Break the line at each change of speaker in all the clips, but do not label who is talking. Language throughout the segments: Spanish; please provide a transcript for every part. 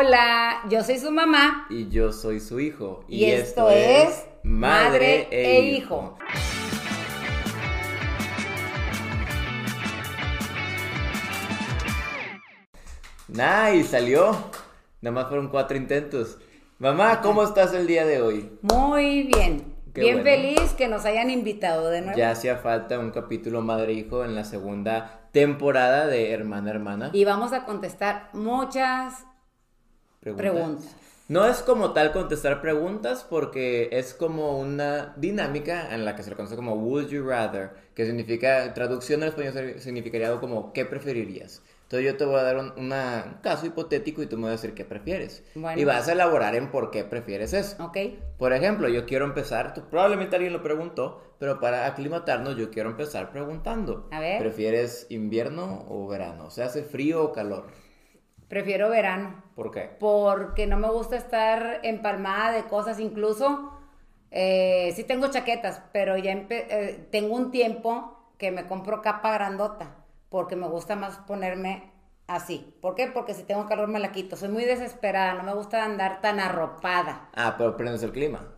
Hola, yo soy su mamá.
Y yo soy su hijo.
Y, esto, es Madre e Hijo.
Nice, salió. Nada más fueron cuatro intentos. Mamá, ¿cómo estás el día de hoy?
Muy bien.
Qué
bien
bueno.
feliz que nos hayan invitado de nuevo.
Ya hacía falta un capítulo madre e hijo en la segunda temporada de Hermana Hermana.
Y vamos a contestar muchas preguntas.
No es como tal contestar preguntas porque es como una dinámica en la que se le conoce como Would You Rather, que significa, traducción al español ser- significaría algo como ¿qué preferirías? Entonces yo te voy a dar un, una- un caso hipotético y tú me vas a decir qué prefieres.
Bueno.
Y vas a elaborar en por qué prefieres eso.
¿Ok?
Por ejemplo, yo quiero empezar, tú- probablemente alguien lo preguntó, pero para aclimatarnos yo quiero empezar preguntando.
A ver.
¿Prefieres invierno o verano? ¿Se hace frío o calor?
Prefiero verano.
¿Por qué?
Porque no me gusta estar empalmada de cosas, incluso eh, sí tengo chaquetas, pero ya empe- eh, tengo un tiempo que me compro capa grandota, porque me gusta más ponerme así. ¿Por qué? Porque si tengo calor me la quito. Soy muy desesperada, no me gusta andar tan arropada.
Ah, pero prendes el clima.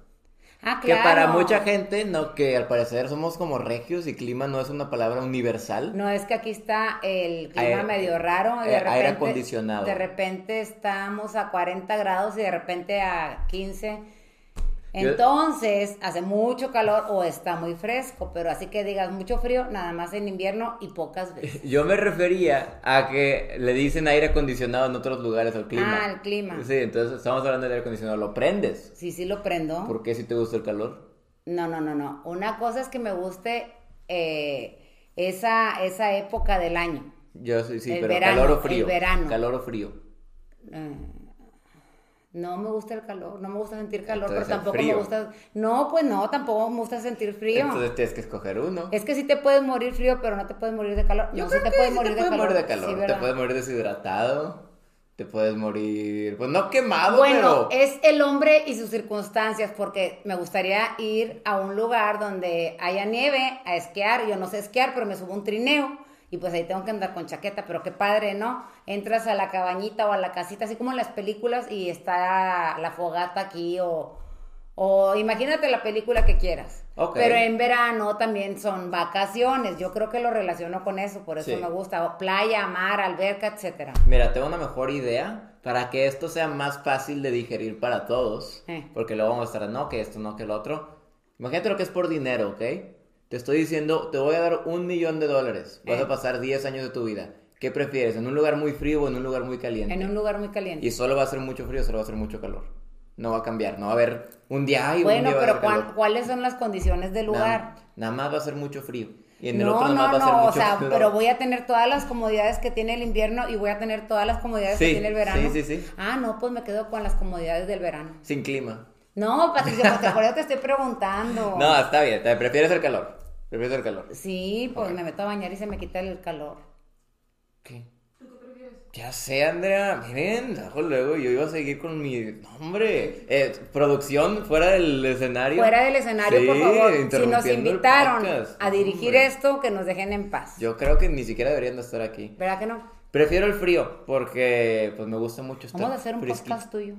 Ah,
Que
claro.
para mucha gente, no, que al parecer somos como regios y clima no es una palabra universal.
No, es que aquí está el clima
Aire-
medio raro. De
eh, aire
repente,
acondicionado.
De repente estamos a 40 grados y de repente a 15. Entonces, hace mucho calor o está muy fresco, pero así que digas mucho frío, nada más en invierno y pocas veces.
Yo me refería a que le dicen aire acondicionado en otros lugares al clima.
Ah, el clima.
Sí, entonces estamos hablando del aire acondicionado. ¿Lo prendes?
Sí, sí lo prendo.
¿Por qué si te gusta el calor?
No, no, no, no. Una cosa es que me guste eh, esa, esa época del año.
Yo sí, sí,
El
pero
verano,
calor o
el
frío.
verano.
Calor o frío.
No me gusta el calor, no me gusta sentir calor,
Entonces,
pero
el
tampoco me
frío.
gusta... No, pues no, tampoco me gusta sentir frío.
Entonces tienes que escoger uno.
Es que sí te puedes morir frío, pero no te puedes morir de calor.
Yo
no,
creo
sí te
que
puedes
sí
morir, de, calor.
Te puedes morir de
Sí,
calor, te
¿verdad?
puedes morir deshidratado, te puedes morir, pues no quemado,
Bueno,
pero...
es el hombre y sus circunstancias, porque me gustaría ir a un lugar donde haya nieve a esquiar. Yo no sé esquiar, pero me subo a un trineo y pues ahí tengo que andar con chaqueta, pero qué padre, ¿no? Entras a la cabañita o a la casita, así como en las películas, y está la fogata aquí o... O imagínate la película que quieras.
Ok.
Pero en verano también son vacaciones. Yo creo que lo relaciono con eso, por eso
Sí.
me gusta. O playa, mar, alberca, etcétera.
Mira, tengo una mejor idea para que esto sea más fácil de digerir para todos,
Eh.
porque luego vamos a estar, no, que esto, no, que lo otro. Imagínate lo que es por dinero, ¿ok? Te estoy diciendo, te voy a dar un millón de dólares, vas
Eh.
a pasar 10 años de tu vida. ¿Qué prefieres, en un lugar muy frío o en un lugar muy caliente?
En un lugar muy caliente.
Y solo va a ser mucho frío, solo va a ser mucho calor. No va a cambiar, no va a haber un día y un
Bueno,
día va a
pero
haber calor.
¿cuál- ¿cuáles son las condiciones del lugar?
Nada, nada más va a ser mucho frío. Y en el
No,
otro nada
no,
más va a ser
no, o
mucho
sea,
calor.
pero voy a tener todas las comodidades que tiene el invierno y voy a tener todas las comodidades que
Sí,
tiene el verano.
sí, sí, sí.
Ah, no, pues me quedo con las comodidades del verano.
Sin clima.
No, Patricia, pues te- por eso te estoy preguntando.
No, está bien, te prefieres el calor. Prefieres el calor.
Sí, pues me meto a bañar y se me quita el calor.
¿Qué? Ya sé, Andrea. Miren, luego, luego yo iba a seguir con mi nombre. Eh, producción fuera del escenario.
Fuera del escenario,
Sí,
por favor. Si nos
interrumpiendo el
invitaron
podcast.
a dirigir
Hombre.
esto, que nos dejen en paz.
Yo creo que ni siquiera deberían de estar aquí.
¿Verdad que no?
Prefiero el frío porque pues me gusta mucho estar.
Vamos a hacer un
frisqui.
podcast tuyo.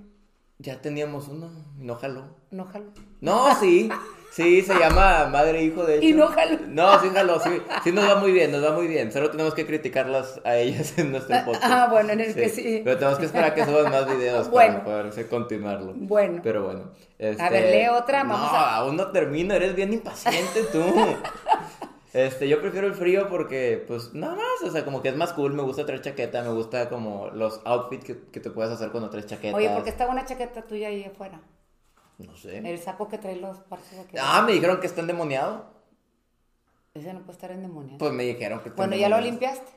Ya teníamos uno y no jaló.
No, jalo.
No, sí. Sí, se llama madre e hijo, de hecho.
Y no jaló.
No, sí jaló, sí. Sí nos va muy bien, nos va muy bien. Solo tenemos que criticarlas a ellas en nuestro podcast.
ah, bueno, en el que sí.
Pero tenemos que esperar que suban más videos
Bueno.
para poder sí, continuarlo.
Bueno.
Pero bueno. este,
A ver, lee otra,
no,
vamos a-
aún no termino, eres bien impaciente tú. Este, yo prefiero el frío porque, pues, nada más, o sea, como que es más cool, me gusta traer chaqueta, me gusta como los outfits que, que te puedes hacer cuando traes chaqueta.
Oye, porque está una chaqueta tuya ahí afuera.
No sé.
El saco que trae los parches aquí.
¿Eh? Ah, me dijeron que está endemoniado.
Ese no puede estar en demonio.
Pues me dijeron que
Bueno,
tengo
ya lo
unas-
limpiaste.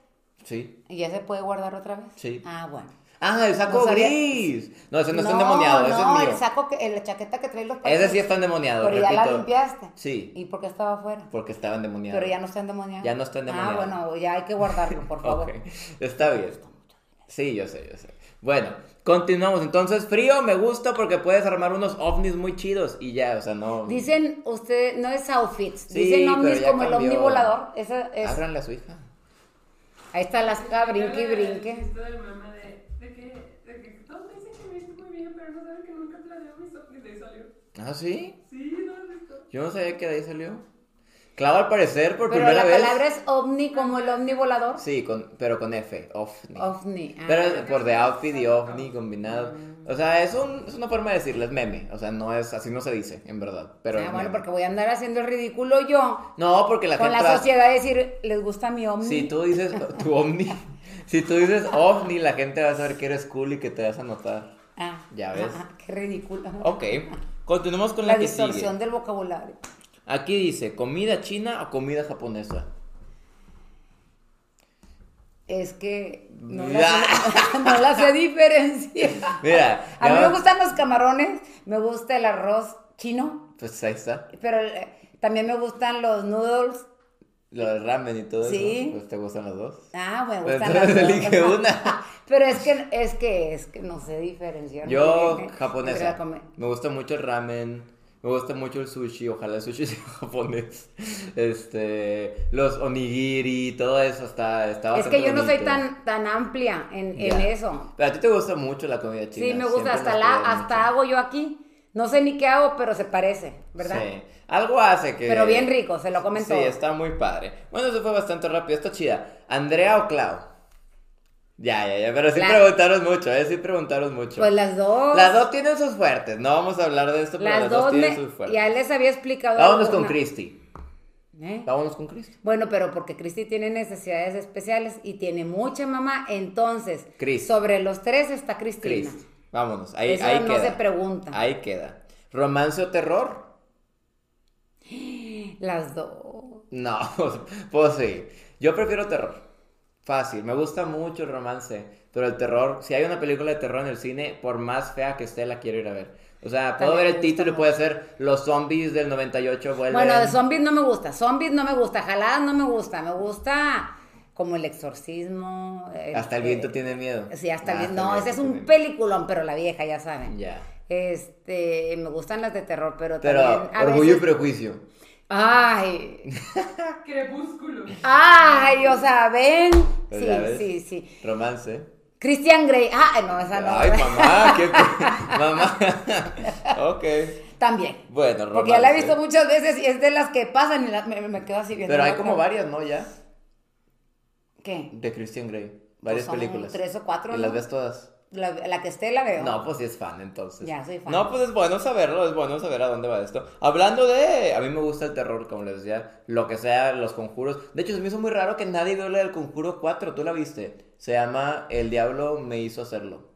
Sí.
¿Y ya se puede guardar otra vez?
Sí.
Ah, bueno.
Ah, el saco
No sabía-
gris. No, ese no, está endemoniado, ese
no,
es mío.
el saco, que, la chaqueta que trae los parches.
Ese sí está endemoniado,
Pero ya la
repito.
limpiaste.
Sí.
¿Y por qué estaba afuera?
Porque estaba endemoniado.
Pero ya no está endemoniado.
Ya no está endemoniado.
Ah, bueno, ya hay que guardarlo, por favor.
Ok, está bien. Sí, yo sé, yo sé. Bueno, continuamos. Entonces, frío me gusta porque puedes armar unos ovnis muy chidos y ya, o sea, no.
Dicen ustedes, no es outfits,
Sí,
dicen
pero
ovnis
ya
como el
cambió.
ovni volador. Esa es-
Ábranle a su hija.
ahí está las cabrinque y
Habla del
Ah, brinque.
chiste del mamá de- de que- de que todos dicen me hizo muy bien, pero no saben que nunca planeé mi so- que de ahí salió.
¿Ah, sí?
Sí, no lo he visto.
Yo no sabía que de ahí salió. Claro, al parecer, por
Pero
primera
la
vez.
palabra es ovni como el ovni volador.
Sí, con, pero con F, ovni.
Ovni. ah.
Pero por de outfit y ovni combinado. O sea, es, un, es una forma de decirles meme. O sea, no es así no se dice, en verdad. Pero
Ah, bueno,
meme.
porque voy a andar haciendo el ridículo yo
No, porque la
con
gente
la
va-
sociedad decir, ¿les gusta mi ovni?
Si tú dices tu ovni, si tú dices ovni, la gente va a saber que eres cool y que te vas a notar.
Ah,
Ya
ah,
ves.
qué ridículo.
Ok, continuamos con la,
la
que sigue.
distorsión del vocabulario.
Aquí dice, ¿comida china o comida japonesa?
Es que no
Ah.
las, no las sé diferenciar.
Mira,
A mí
ya
me
va-
gustan los camarones, me gusta el arroz chino,
pues ahí está,
pero eh, también me gustan los noodles.
lo del ramen y todo
Sí.
eso, pues te gustan los dos.
Ah, me
Pues
gustan
entonces
las dos.
elige una.
Pero es que, es que, es que no sé diferenciar. muy
Yo,
bien, eh, entre
japonesa,
la comi-
me gusta mucho el ramen, me gusta mucho el sushi, ojalá el sushi sea japonés, este, los onigiri, todo eso está, está
Es que yo no soy
bonito.
tan, tan amplia en, en
Ya.
eso.
Pero a ti te gusta mucho la comida china.
Sí, me gusta,
siempre
hasta,
nos
la,
cuidas
hasta
mucho.
hago yo aquí. No sé ni qué hago, pero se parece, ¿verdad?
Sí. Algo hace que.
Pero bien rico, se lo comen
Sí,
todo.
está muy padre. Bueno, eso fue bastante rápido. Está chida. ¿Andrea o Clau? Ya, ya, ya. Pero sí
La-
preguntaron mucho, ¿eh? Sí preguntaron mucho.
Pues las dos.
Las dos tienen sus fuertes. No vamos a hablar de esto, pero
Las dos
tienen
me,
sus fuertes.
ya les había explicado.
Vámonos con
una.
Christy.
¿Eh?
Vámonos con Christy.
Bueno, pero porque Cristi tiene necesidades especiales y tiene mucha mamá, entonces
Cris.
sobre los tres está Cristina.
Christy. Vámonos. Ahí,
Eso
ahí
no
queda.
se pregunta.
Ahí queda. ¿Romance o terror?
Las dos.
No, pues sí. Yo prefiero terror. Fácil. Me gusta mucho el romance. Pero el terror, si hay una película de terror en el cine, por más fea que esté, la quiero ir a ver. O sea, puedo
También
ver
me
el
gusta
título y puede ser Los zombies del 98 vuelven.
Bueno, de zombies no me gusta, zombies no me gusta, jaladas no me gusta, me gusta como el exorcismo.
Hasta
este,
el viento tiene miedo.
Sí, hasta el
Ah,
viento. No, ese es un
tiene-
peliculón, pero la vieja, ya saben.
Ya.
Este, me gustan las de terror, pero,
Pero,
también a
orgullo y
veces-
prejuicio.
Ay,
Crepúsculo.
ay, o sea, ven.
Pues
Sí,
ya ves.
sí, sí.
Romance.
Christian Grey. Ah, no, esa no.
Ay, mamá, qué. mamá. ok.
También.
Bueno, romance.
Porque ya la he visto muchas veces y es de las que pasan y la- me, me quedo así viendo.
Pero hay como varias, ¿no? Ya.
¿Qué?
De Christian Grey. Varias
Pues son
películas.
tres o cuatro,
¿Y las
¿no?
ves todas?
La, la que esté la veo.
No, pues sí es fan entonces.
Ya, soy fan.
No, pues es bueno saberlo, es bueno saber a dónde va esto. Hablando de... A mí me gusta el terror, como les decía, lo que sea, los conjuros. De hecho, se me hizo muy raro que nadie vio la del conjuro 4, tú la viste. Se llama El diablo me hizo hacerlo.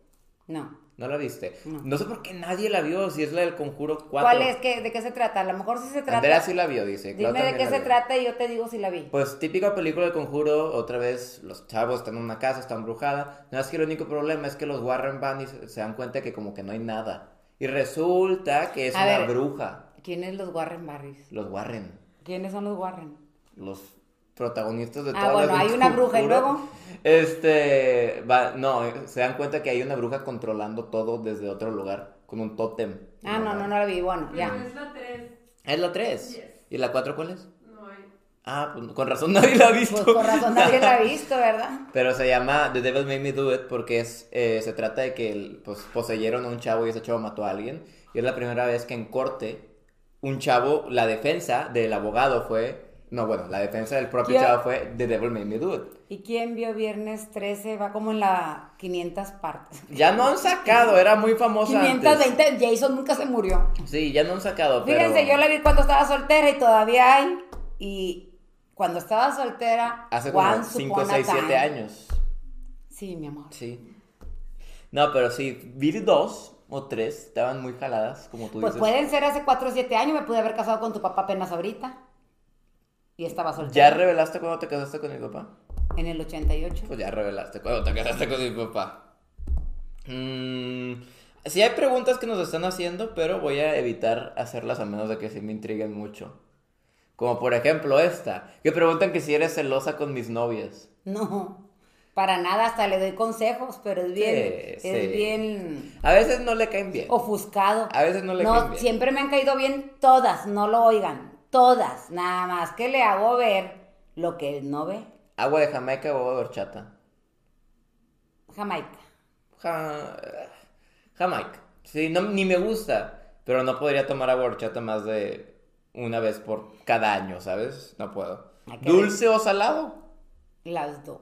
No.
¿No la viste?
No.
No, sé por qué nadie la vio, si es la del conjuro 4.
¿Cuál es? ¿Qué- ¿De qué se trata? A lo mejor sí se trata.
Andrea sí la vio, dice. Clau
Dime de
también
qué
la
se
vio.
trata y yo te digo si la vi.
Pues típica película del conjuro, otra vez los chavos están en una casa, está embrujada. Nada más que el único problema es que los Warren van y se se dan cuenta que como que no hay nada. Y resulta que es
A
una
ver.
bruja.
¿Quiénes los Warren Barris?
Los Warren,
¿Quiénes son los Warren?
los protagonistas de
Ah,
todas
bueno,
las del
hay una bruja, ¿y
Conjuro.
luego?
Este, va- no, eh, se dan cuenta que hay una bruja controlando todo desde otro lugar, con un tótem.
Ah, no, no, no la vi. Bueno,
Pero
ya.
es la 3.
Es la 3.
Yes.
¿Y la 4 cuál es?
No hay.
Ah, pues con razón nadie la ha visto.
Pues con razón nadie la ha visto, ¿verdad?
Pero se llama The Devil Made Me Do It porque es, eh, se trata de que el- pues, poseyeron a un chavo y ese chavo mató a alguien. Y es la primera vez que en corte un chavo, la defensa del abogado fue, no, bueno, la defensa del propio
Yo-
chavo fue The Devil Made Me Do It.
¿Y quién vio Viernes 13? Va como en la 500 partes.
Ya no han sacado, era muy famosa antes.
520, Jason nunca se murió.
Sí, ya no han sacado, pero...
Fíjense, yo la vi cuando estaba soltera y todavía hay. Y cuando estaba soltera,
Hace
once
como
upon
5,
a
6, 7
time.
años.
Sí, mi amor.
Sí. No, pero sí, vi dos o tres, estaban muy jaladas, como tú
Pues
dices.
pueden ser hace 4 o 7 años. Me pude haber casado con tu papá apenas ahorita. Y estaba
¿Ya
soltera.
revelaste cuando te casaste con mi papá?
En el 88.
Pues ya revelaste cuando te casaste con mi papá. Mm, sí hay preguntas que nos están haciendo, pero voy a evitar hacerlas a menos de que sí me intriguen mucho. Como por ejemplo esta, que preguntan que si eres celosa con mis novias.
No, para nada. Hasta le doy consejos, pero es bien. es
sí.
bien.
A veces no le caen
Oh.
bien.
ofuscado.
A veces no le caen bien.
siempre me han caído bien todas, no lo oigan, todas, nada más que le hago ver lo que él no ve.
Agua de Jamaica o agua de horchata.
Jamaica.
Ja- Jamaica. Sí, no, ni me gusta, pero no podría tomar agua de horchata más de una vez por cada año, ¿sabes? No puedo.
Ay, qué
¿Dulce o salado?
Las dos.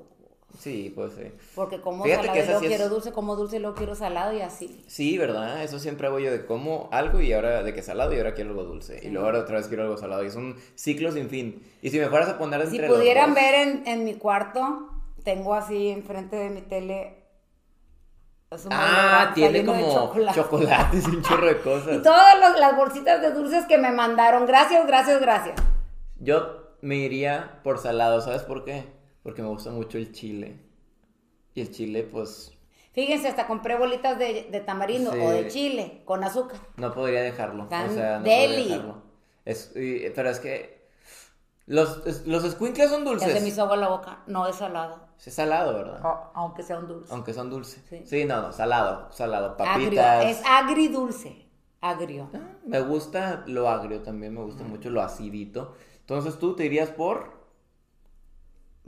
Sí, pues sí.
Porque como
Fíjate
salado
que
y
esa
luego
sí es-
quiero dulce, como dulce y luego quiero salado y así.
Sí, ¿verdad? Eso siempre hago yo de como algo y ahora de que salado y ahora quiero algo dulce. Y luego ahora otra vez quiero algo salado. Y es un ciclo sin fin. Y si me fueras a poner
Si
entre los
pudieran
dos-
ver en, en mi cuarto, tengo así enfrente de mi tele. es un
Ah,
monograma,
tiene
está lleno
como
de chocolate.
chocolates y un chorro de
Y
cosas.
todas los- las bolsitas de dulces que me mandaron. Gracias, gracias, gracias.
Yo me iría por salado, ¿sabes por qué? Porque me gusta mucho el chile. Y el chile, pues,
Fíjense, hasta compré bolitas de, de tamarindo
Sí.
o de chile con azúcar.
no podría dejarlo.
Tan
o sea, no
deli.
podría dejarlo. Es, y- pero es que los, es- los escuincles son
Ya se me
dulces.
hizo agua la boca. No es salado,
Es salado, ¿verdad?
o- Oh, aunque sea un dulce.
Aunque son dulces.
Sí.
Sí. no, no, salado, salado,
Agrio,
papitas.
es agridulce. Agrio.
Ah, Me gusta lo agrio también, me
Ah.
gusta mucho lo acidito. Entonces tú te irías por...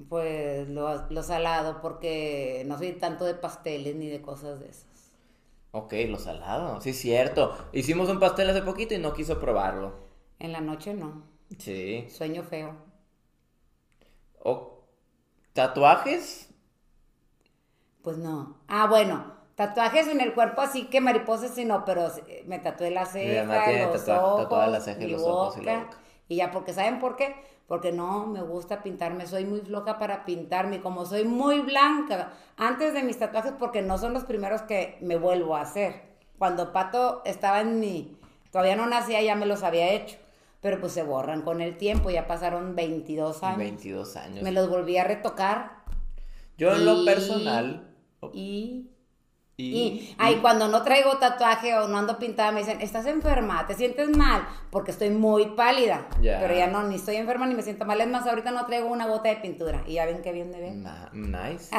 Pues lo, lo salado, porque no soy tanto de pasteles ni de cosas de esas.
Ok, lo salado, sí, cierto. Hicimos un pastel hace poquito y no quiso probarlo.
En la noche no.
Sí.
Sueño feo.
O tatuajes.
Pues no. Ah, bueno. Tatuajes en el cuerpo, así que mariposas sí no, pero eh, me tatué la ceja,
mamá tiene
los
tatua-
ojos,
tatuada la ceja y
mi
los ojos y la
boca.
boca.
Y ya, porque ¿saben por qué? Porque no me gusta pintarme, soy muy floja para pintarme, y como soy muy blanca, antes de mis tatuajes, porque no son los primeros que me vuelvo a hacer. Cuando Pato estaba en mi, todavía no nacía, ya me los había hecho, pero pues se borran con el tiempo, ya pasaron 22 años.
22 años.
Me los volví a retocar
Yo en lo
Y-
personal.
y
Y,
Y, ay, cuando no traigo tatuaje o no ando pintada, me dicen, estás enferma, te sientes mal, porque estoy muy pálida.
Ya.
Pero ya no, ni estoy enferma ni me siento mal. Es más, ahorita no traigo una gota de pintura. Y ya ven qué bien me ven.
Ma- nice.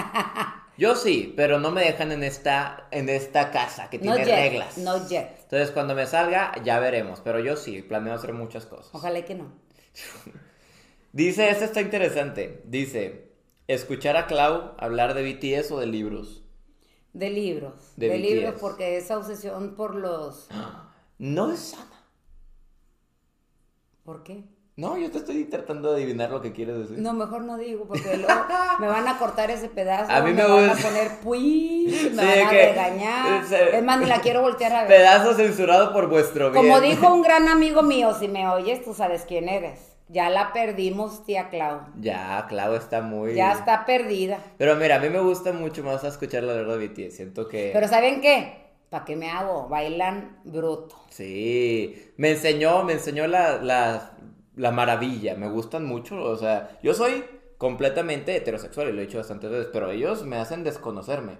Yo sí, pero no me dejan en esta, en esta casa que
No
tiene
yet,
reglas.
no yet.
Entonces cuando me salga, ya veremos. Pero yo sí, planeo hacer muchas cosas.
Ojalá y que no.
Dice, esto está interesante. Dice, escuchar a Clau hablar de BTS o de libros.
De libros.
De
De, libros,
BTS.
porque esa obsesión por los...
No es sana.
¿Por qué?
No, yo te estoy tratando de adivinar lo que quieres decir.
No, mejor no digo, porque luego me van a cortar ese pedazo.
A mí me
van a
gusta-
poner puis, me
Sí,
van a
que-
regañar.
se-
Es más, ni la quiero voltear a ver.
Pedazo censurado por vuestro bien.
Como dijo un gran amigo mío, si me oyes, tú sabes quién eres. Ya la perdimos, tía Clau.
Ya, Clau está muy.
Ya está perdida.
Pero mira, a mí me gusta mucho más escuchar la verdad de BTS. Siento que.
Pero ¿saben qué? ¿Para qué me hago? Bailan bruto.
Sí. Me enseñó, me enseñó la, la, la maravilla. Me gustan mucho. O sea, yo soy completamente heterosexual y lo he dicho bastantes veces, pero ellos me hacen desconocerme.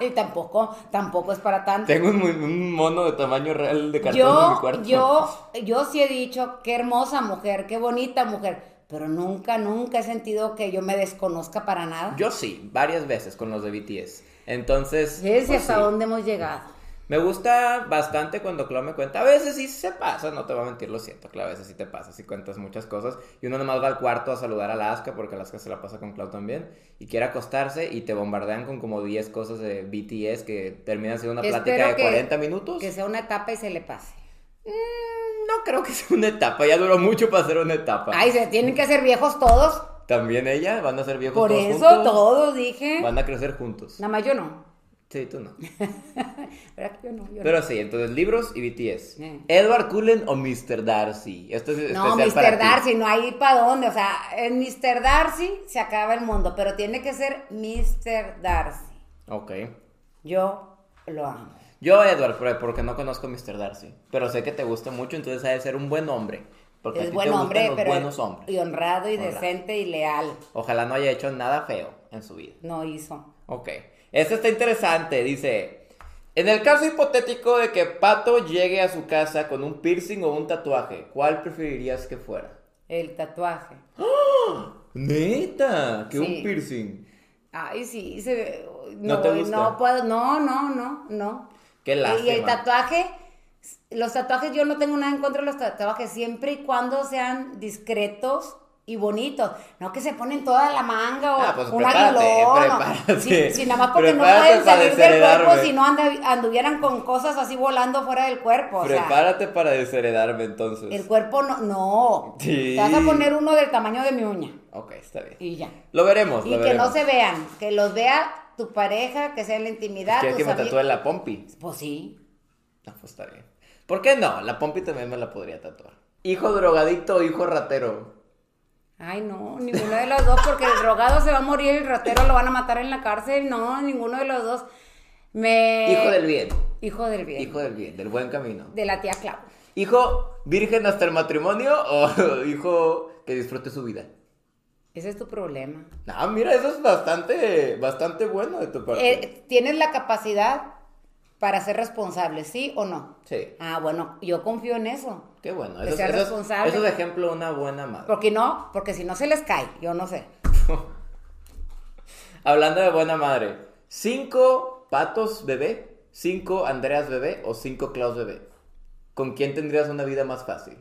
Y tampoco, tampoco es para tanto.
Tengo un, mu- un mono de tamaño real de cartón en mi
Yo,
cuarto.
yo, yo sí he dicho, qué hermosa mujer, qué bonita mujer. Pero nunca, nunca he sentido que yo me desconozca para nada.
Yo sí, varias veces con los de BTS. Entonces.
Fíjense
pues
hasta
sí.
dónde hemos llegado.
Me gusta bastante cuando Clau me cuenta. A veces sí se pasa, no te voy a mentir, lo siento, Clau, a veces sí te pasa, sí cuentas muchas cosas. Y uno nomás va al cuarto a saludar a Alaska, porque Alaska se la pasa con Clau también, y quiere acostarse y te bombardean con como 10 cosas de BTS que terminan siendo una plática
Espero
de
que-
40 minutos.
Que sea una etapa y se le pase.
No creo que sea una etapa, ya duró mucho para ser una etapa.
Ay, se tienen que ser viejos todos.
También ella, van a ser viejos
Por
todos
eso
juntos,
todos dije.
Van a crecer juntos.
Nada más yo no.
Sí, tú no.
¿Verdad que yo no? Yo no.
Pero sí, entonces libros y BTS.
Mm.
Edward Cullen o Mr. Darcy. Esto es
No,
especial para
Mr.
ti.
Darcy, no hay para dónde. O sea, en Mr. Darcy se acaba el mundo, pero tiene que ser Mr. Darcy.
Ok.
Yo lo amo.
Yo, Edward, pero porque no conozco a Mr. Darcy. Pero sé que te gusta mucho, entonces ha de ser un buen hombre. Porque a
es
ti
buen
te gustan
hombre,
los
pero.
buenos hombres.
Y honrado y
Honrado.
decente y leal.
Ojalá no haya hecho nada feo en su vida.
No hizo.
Ok. Este está interesante. Dice: En el caso hipotético de que Pato llegue a su casa con un piercing o un tatuaje, ¿cuál preferirías que fuera?
El tatuaje.
Neta, que
Sí.
un piercing.
Ay, sí, se ve-
¿No
No,
te
no,
gusta?
puedo. No, no, no, no.
Qué
Y el
lástima.
tatuaje. Los tatuajes, yo no tengo nada en contra de los tatuajes, siempre y cuando sean discretos y bonitos. No que se ponen toda la manga o
Ah, pues,
un
prepárate,
aguilón. o-
prepárate.
sí, sí, nada más porque no
Prepárate
pueden
para
salir del cuerpo
desheredarme.
si no anda- anduvieran con cosas así volando fuera del cuerpo. O sea,
Prepárate para desheredarme entonces.
el cuerpo no. No.
Sí.
Te vas a poner uno del tamaño de mi uña.
Ok, está bien.
Y ya.
Lo veremos,
Y
lo
que
Pues veremos.
no se vean. Que los vea tu pareja, que sea en la intimidad.
Quiero que
tus
me
amigos.
tatúe la pompi.
Pues sí.
No, pues está bien. ¿Por qué no? La pompi también me la podría tatuar. Hijo drogadicto o hijo ratero.
Ay, no, ninguno de los dos, porque el drogado se va a morir, el ratero lo van a matar en la cárcel. No, ninguno de los dos. Me...
Hijo del bien.
Hijo del Eh. bien.
Hijo del bien, del buen camino.
De la tía Clau.
¿Hijo virgen hasta el matrimonio o hijo que disfrute su vida?
Ese es tu problema.
Ah, mira, eso es bastante, bastante bueno de tu parte.
Eh, ¿Tienes la capacidad para ser responsable, sí o no?
sí,
Ah, bueno, yo confío en eso.
qué bueno.
que
Eso,
sea
eso es-
responsable.
eso es ejemplo una buena madre.
Porque no, porque si no se les cae, yo no sé.
Hablando de buena madre, ¿cinco patos bebé, cinco Andreas bebé o cinco Klaus bebé? ¿Con quién tendrías una vida más fácil?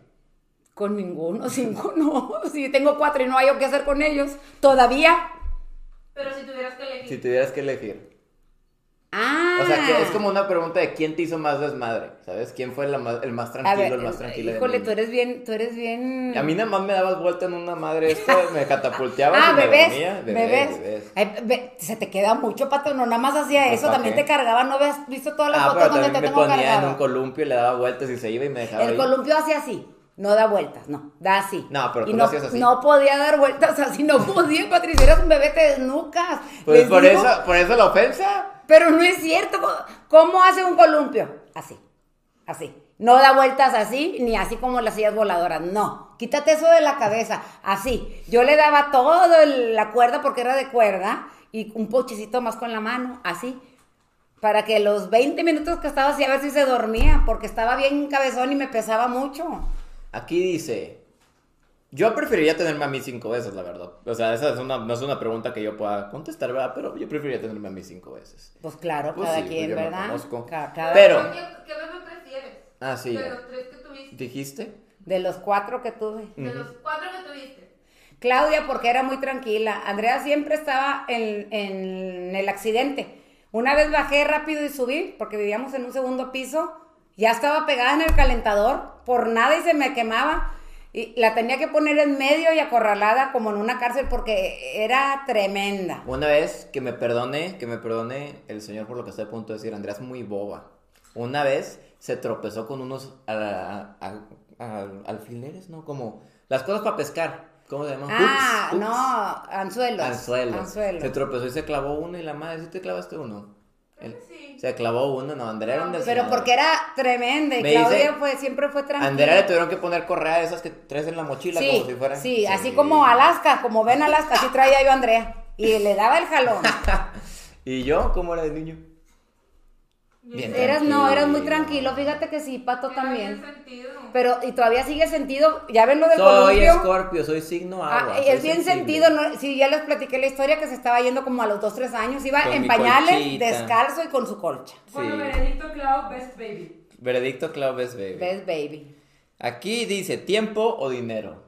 Con ninguno, cinco no. Si tengo cuatro y no hay qué hacer con ellos, todavía.
Pero si tuvieras que elegir.
Si tuvieras que elegir.
Ah.
O sea, que es como una pregunta de quién te hizo más desmadre, ¿sabes? ¿Quién fue la más- el más
A
tranquilo,
ver,
el más tranquilo? del
híjole, tú
mundo?
eres bien, tú eres bien.
A mí nada más me dabas vuelta en una madre esto, me catapulteabas
Ah,
y me
bebés,
dormía. Bebés,
bebés.
bebés.
Ay, be- se te queda mucho, pato. No, nada más hacía
Pues,
eso.
¿pa'
También
qué?
te cargaba. No habías visto todas las
Ah,
fotos
pero
donde
también
te
me
tengo
ponía en un
cargado.
columpio y le daba vueltas y se iba y me dejaba
El
ahí.
columpio hacía así. No da vueltas, no, da así.
No, pero
Y
tú lo
no,
hacías así.
No podía dar vueltas así, no podía, Patricia, eras un bebé, te desnucas.
Pues
Les
por
digo,
eso, por eso la ofensa.
Pero no es cierto. ¿Cómo hace un columpio? Así, así. No da vueltas así, ni así como las sillas voladoras. No, quítate eso de la cabeza. Así. Yo le daba todo el- la cuerda porque era de cuerda y un pochecito más con la mano, así. Para que los 20 minutos que estaba así, a ver si se dormía, porque estaba bien cabezón y me pesaba mucho.
Aquí dice, yo preferiría tenerme a mí cinco veces, la verdad. O sea, esa es una, no es una pregunta que yo pueda contestar, ¿verdad? Pero yo preferiría tenerme a mí cinco veces.
Pues claro,
Pues
cada
sí,
quien,
yo me
¿verdad?
conozco.
Ca- cada-
Pero-
¿Qué, qué bebé prefieres?
Ah, sí,
De
ya.
los tres que tuviste.
¿Dijiste?
De los cuatro que tuve.
De los cuatro que tuviste.
Claudia porque era muy tranquila. Andrea siempre estaba en, en el accidente. Una vez bajé rápido y subí porque vivíamos en un segundo piso. Ya estaba pegada en el calentador por nada y se me quemaba. Y la tenía que poner en medio y acorralada como en una cárcel porque era tremenda.
Una vez, que me perdone, que me perdone el señor por lo que estoy a punto de decir, Andrea es muy boba. Una vez se tropezó con unos a- a- a- alfileres, ¿no? Como las cosas para pescar. ¿Cómo se llama?
Ah,
Hooks,
no,
hooks.
anzuelos.
Anzuelos.
Anzuelos.
Se tropezó y se clavó uno y la madre, ¿sí te clavaste uno?
Creo
El-
que sí.
Se clavó uno, no, Andrea era un
Pero
desmadre.
porque era tremenda y
Me dice-
Claudia fue, siempre fue tranquila.
Andrea le tuvieron que poner correa de esas que traes en la mochila
Sí,
como si fuera.
sí, así como Alaska, como ven Alaska, así traía yo a Andrea. Y le daba el jalón.
¿Y yo? ¿Cómo era de niño? Bien.
eras, no, eras muy
Tranquilo.
tranquilo. Fíjate que sí, Pato
Era bien
también.
sentido.
Pero, y todavía sigue sentido, ya ven lo del
Soy
columpio.
escorpio, soy signo
Ah,
agua. soy
es bien
sensible.
sentido, ¿no? sí, ya les platiqué la historia que se estaba yendo como a los 2, 3 años, iba
Con mi
en pañales,
colchita.
descalzo y con su colcha.
Bueno,
Sí.
veredicto Clau, best baby.
Veredicto Claves Baby.
¿Ves, baby?
Aquí dice tiempo o dinero.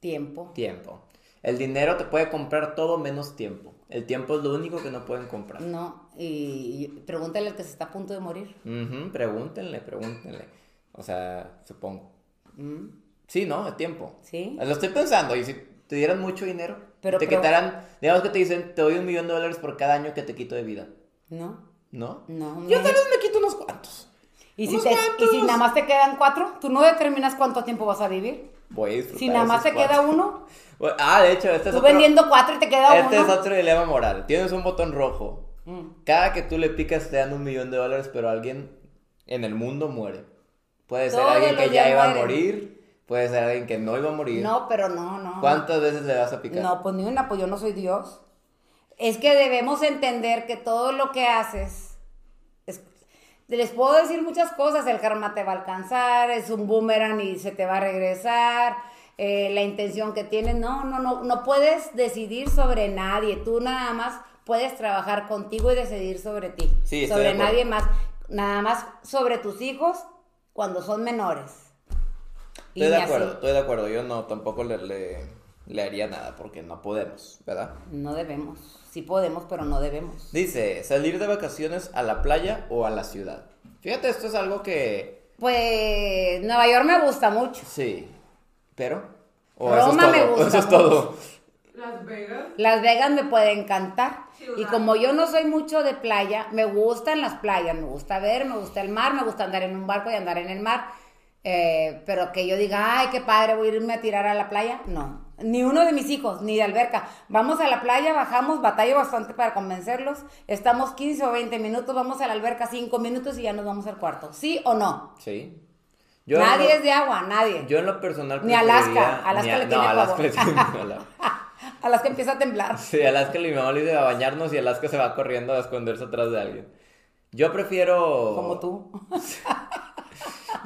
Tiempo.
Tiempo. El dinero te puede comprar todo menos tiempo. El tiempo es lo único que no pueden comprar.
No, y, y pregúntale al que se está a punto de morir.
Ujú, pregúntenle, pregúntenle. O sea, supongo. Sí, ¿no? El tiempo.
Mm. Sí.
Lo estoy pensando. Y si te dieran mucho dinero,
Pero
te
pre-
quitaran, digamos que te dicen, te doy un millón de dólares por cada año que te quito de vida.
No,
¿No?
no.
Yo
me-
tal vez me quito unos cuantos.
¿Y si,
unos
te- y
cuantos.
si nada más te quedan cuatro, tú no determinas cuánto tiempo vas a vivir.
Voy a disfrutar.
Si nada más
esos
te queda
cuatro.
uno,
Bueno, Ah, de hecho, este es
tú
otro-
vendiendo cuatro y te queda
Este es
uno. Mm.
otro dilema moral. Tienes un botón rojo. Cada que tú le picas te dan un millón de dólares, pero alguien en el mundo muere. Puede ser
Todos
alguien
los
que ya
días
iba a
mueren.
morir, puede ser alguien que no iba a morir.
No, pero no, no.
¿Cuántas veces le vas a picar?
No, pues ni una, pues yo no soy Dios. Es que debemos entender que todo lo que haces, es- les puedo decir muchas cosas, el karma te va a alcanzar, es un boomerang y se te va a regresar, eh, la intención que tienes, no, no, no, no puedes decidir sobre nadie, tú nada más puedes trabajar contigo y decidir sobre ti,
Sí, estoy de
sobre
acuerdo.
nadie más, nada más sobre tus hijos cuando son menores. Y
Estoy de
ni
acuerdo,
así.
estoy de acuerdo. Yo no, tampoco le, le, le haría nada porque no podemos, ¿verdad?
No debemos. Sí podemos, pero no debemos.
Dice, salir de vacaciones a la playa o a la ciudad. Fíjate, esto es algo que...
Pues Nueva York me gusta mucho.
Sí, pero...
Roma
eso es
me
todo,
gusta
Eso es todo.
Las Vegas.
Las Vegas me puede encantar. Y
Ciudad.
como yo no soy mucho de playa, me gustan las playas, me gusta ver, me gusta el mar, me gusta andar en un barco y andar en el mar. Eh, pero que yo diga, ay, qué padre, voy a irme a tirar a la playa, no. Ni uno de mis hijos, ni de alberca. Vamos a la playa, bajamos, batallo bastante para convencerlos. Estamos 15 o 20 minutos, vamos a la alberca 5 minutos y ya nos vamos al cuarto. ¿sí o no?
Sí. Yo en
nadie
lo-
es de agua, nadie.
Yo en lo personal
Ni Alaska,
preferiría-
Alaska
ni
le
no,
tiene
Alaska
pavor.
le tiene pavor.
A las que empieza a temblar.
Sí, Alaska mi mamá le dice a bañarnos y Alaska se va corriendo a esconderse atrás de alguien. Yo prefiero...
Como tú.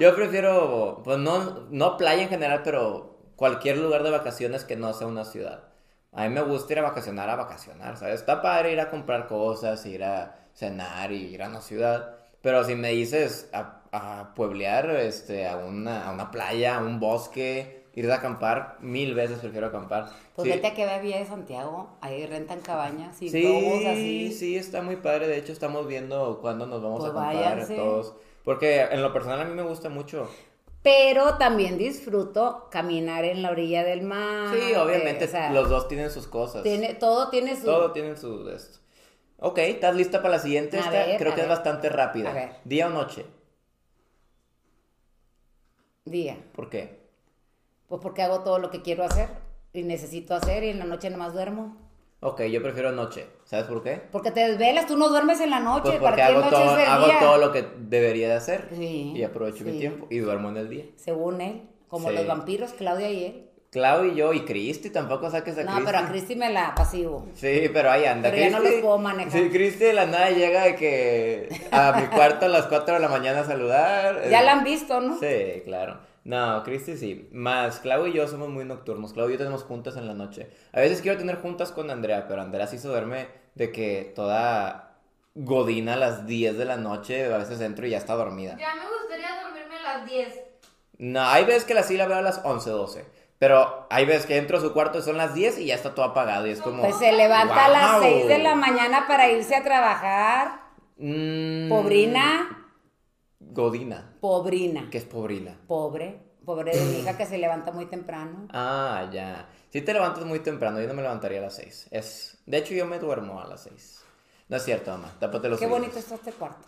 Yo prefiero, pues no, no playa en general, pero cualquier lugar de vacaciones que no sea una ciudad. A mí me gusta ir a vacacionar a vacacionar, ¿sabes? Está padre ir a comprar cosas, ir a cenar y ir a una ciudad. Pero si me dices a, a pueblear, este, a una, a una playa, a un bosque, ir a acampar, mil veces prefiero acampar.
Pues
Sí.
vete a que vea Villa de Santiago, ahí rentan cabañas y todos
Sí,
así.
sí, está muy padre. De hecho, estamos viendo cuándo nos vamos
Pues
a acampar
váyanse.
todos. Porque en lo personal a mí me gusta mucho.
Pero también disfruto caminar en la orilla del mar.
Sí, obviamente,
eh, o sea,
los dos tienen sus cosas.
tiene- todo tiene su...
Todo tienen su esto. Ok, ¿estás lista para la siguiente?
A
Esta
ver,
creo
a
que es
ver.
bastante rápida.
A ver.
Día o noche.
Día.
¿Por qué?
Pues porque hago todo lo que quiero hacer y necesito hacer y en la noche nomás duermo.
Ok, yo prefiero noche. ¿Sabes por qué?
Porque te desvelas, tú no duermes en la noche.
Pues porque
¿Para qué
hago,
noche
todo,
es el
hago
día?
todo lo que debería de hacer.
Sí,
y aprovecho mi
sí.
tiempo y duermo en el día.
Según él, como
Sí.
los vampiros, Claudia y él.
Clau y yo y Cristi, tampoco saques a
No,
Cristi.
pero a Cristi me la pasivo.
Sí, pero ahí anda.
Pero ya no
Cristi-
los puedo manejar.
Sí, Cristi de la nada llega de que a mi cuarto a las 4 de la mañana a saludar.
Ya
Eh,
la han visto, ¿no?
Sí, claro. No, Cristi sí. Más, Clau y yo somos muy nocturnos. Clau y yo tenemos juntas en la noche. A veces quiero tener juntas con Andrea, pero Andrea sí se duerme de que toda godina a las 10 de la noche, a veces entro y ya está dormida.
Ya me gustaría dormirme a las 10.
No, hay veces que la sí la veo a las 11, 12. Pero hay veces que entro a su cuarto y son las 10 y ya está todo apagado y es como...
Pues se levanta a las
¡Guau!
6 de la mañana para irse a trabajar.
Mm,
Pobrina,
Godina.
pobrina.
¿Qué es pobrina?
Pobre, pobre de mi hija que se levanta muy temprano.
Ah, ya. Si te levantas muy temprano, yo no me levantaría a las 6. Es... De hecho, yo me duermo a las 6. No es cierto, mamá. Tápate los
Qué
oídos.
bonito está este cuarto.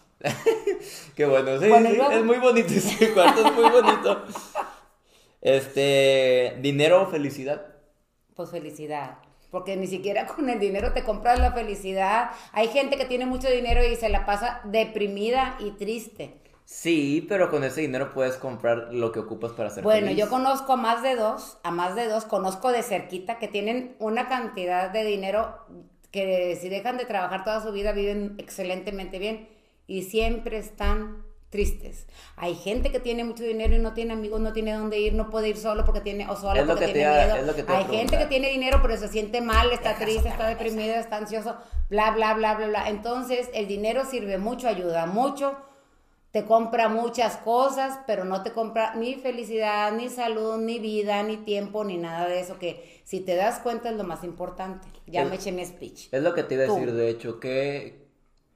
Qué bueno. Sí,
Bueno,
sí,
y luego.
es muy bonito este cuarto, es muy bonito. Este, dinero o felicidad.
Pues felicidad. Porque ni siquiera con el dinero te compras la felicidad. Hay gente que tiene mucho dinero y se la pasa deprimida y triste.
Sí, pero con ese dinero puedes comprar lo que ocupas para ser
Bueno,
feliz.
yo conozco a más de dos, a más de dos, conozco de cerquita que tienen una cantidad de dinero que si dejan de trabajar toda su vida viven excelentemente bien y siempre están tristes. Hay gente que tiene mucho dinero y no tiene amigos, no tiene dónde ir, no puede ir solo porque tiene o sola
Es lo
porque
que te
tiene
iba-
miedo.
es lo que te iba a
Hay gente que
preguntar.
tiene dinero pero se siente mal, está triste, está deprimido, está ansioso, bla bla bla bla bla. Entonces, el dinero sirve mucho, ayuda mucho te compra muchas cosas, pero no te compra ni felicidad, ni salud, ni vida, ni tiempo, ni nada de eso, que si te das cuenta es lo más importante. Ya
El-
me eché mi speech.
Es lo que te iba a
Tú.
decir, de hecho, que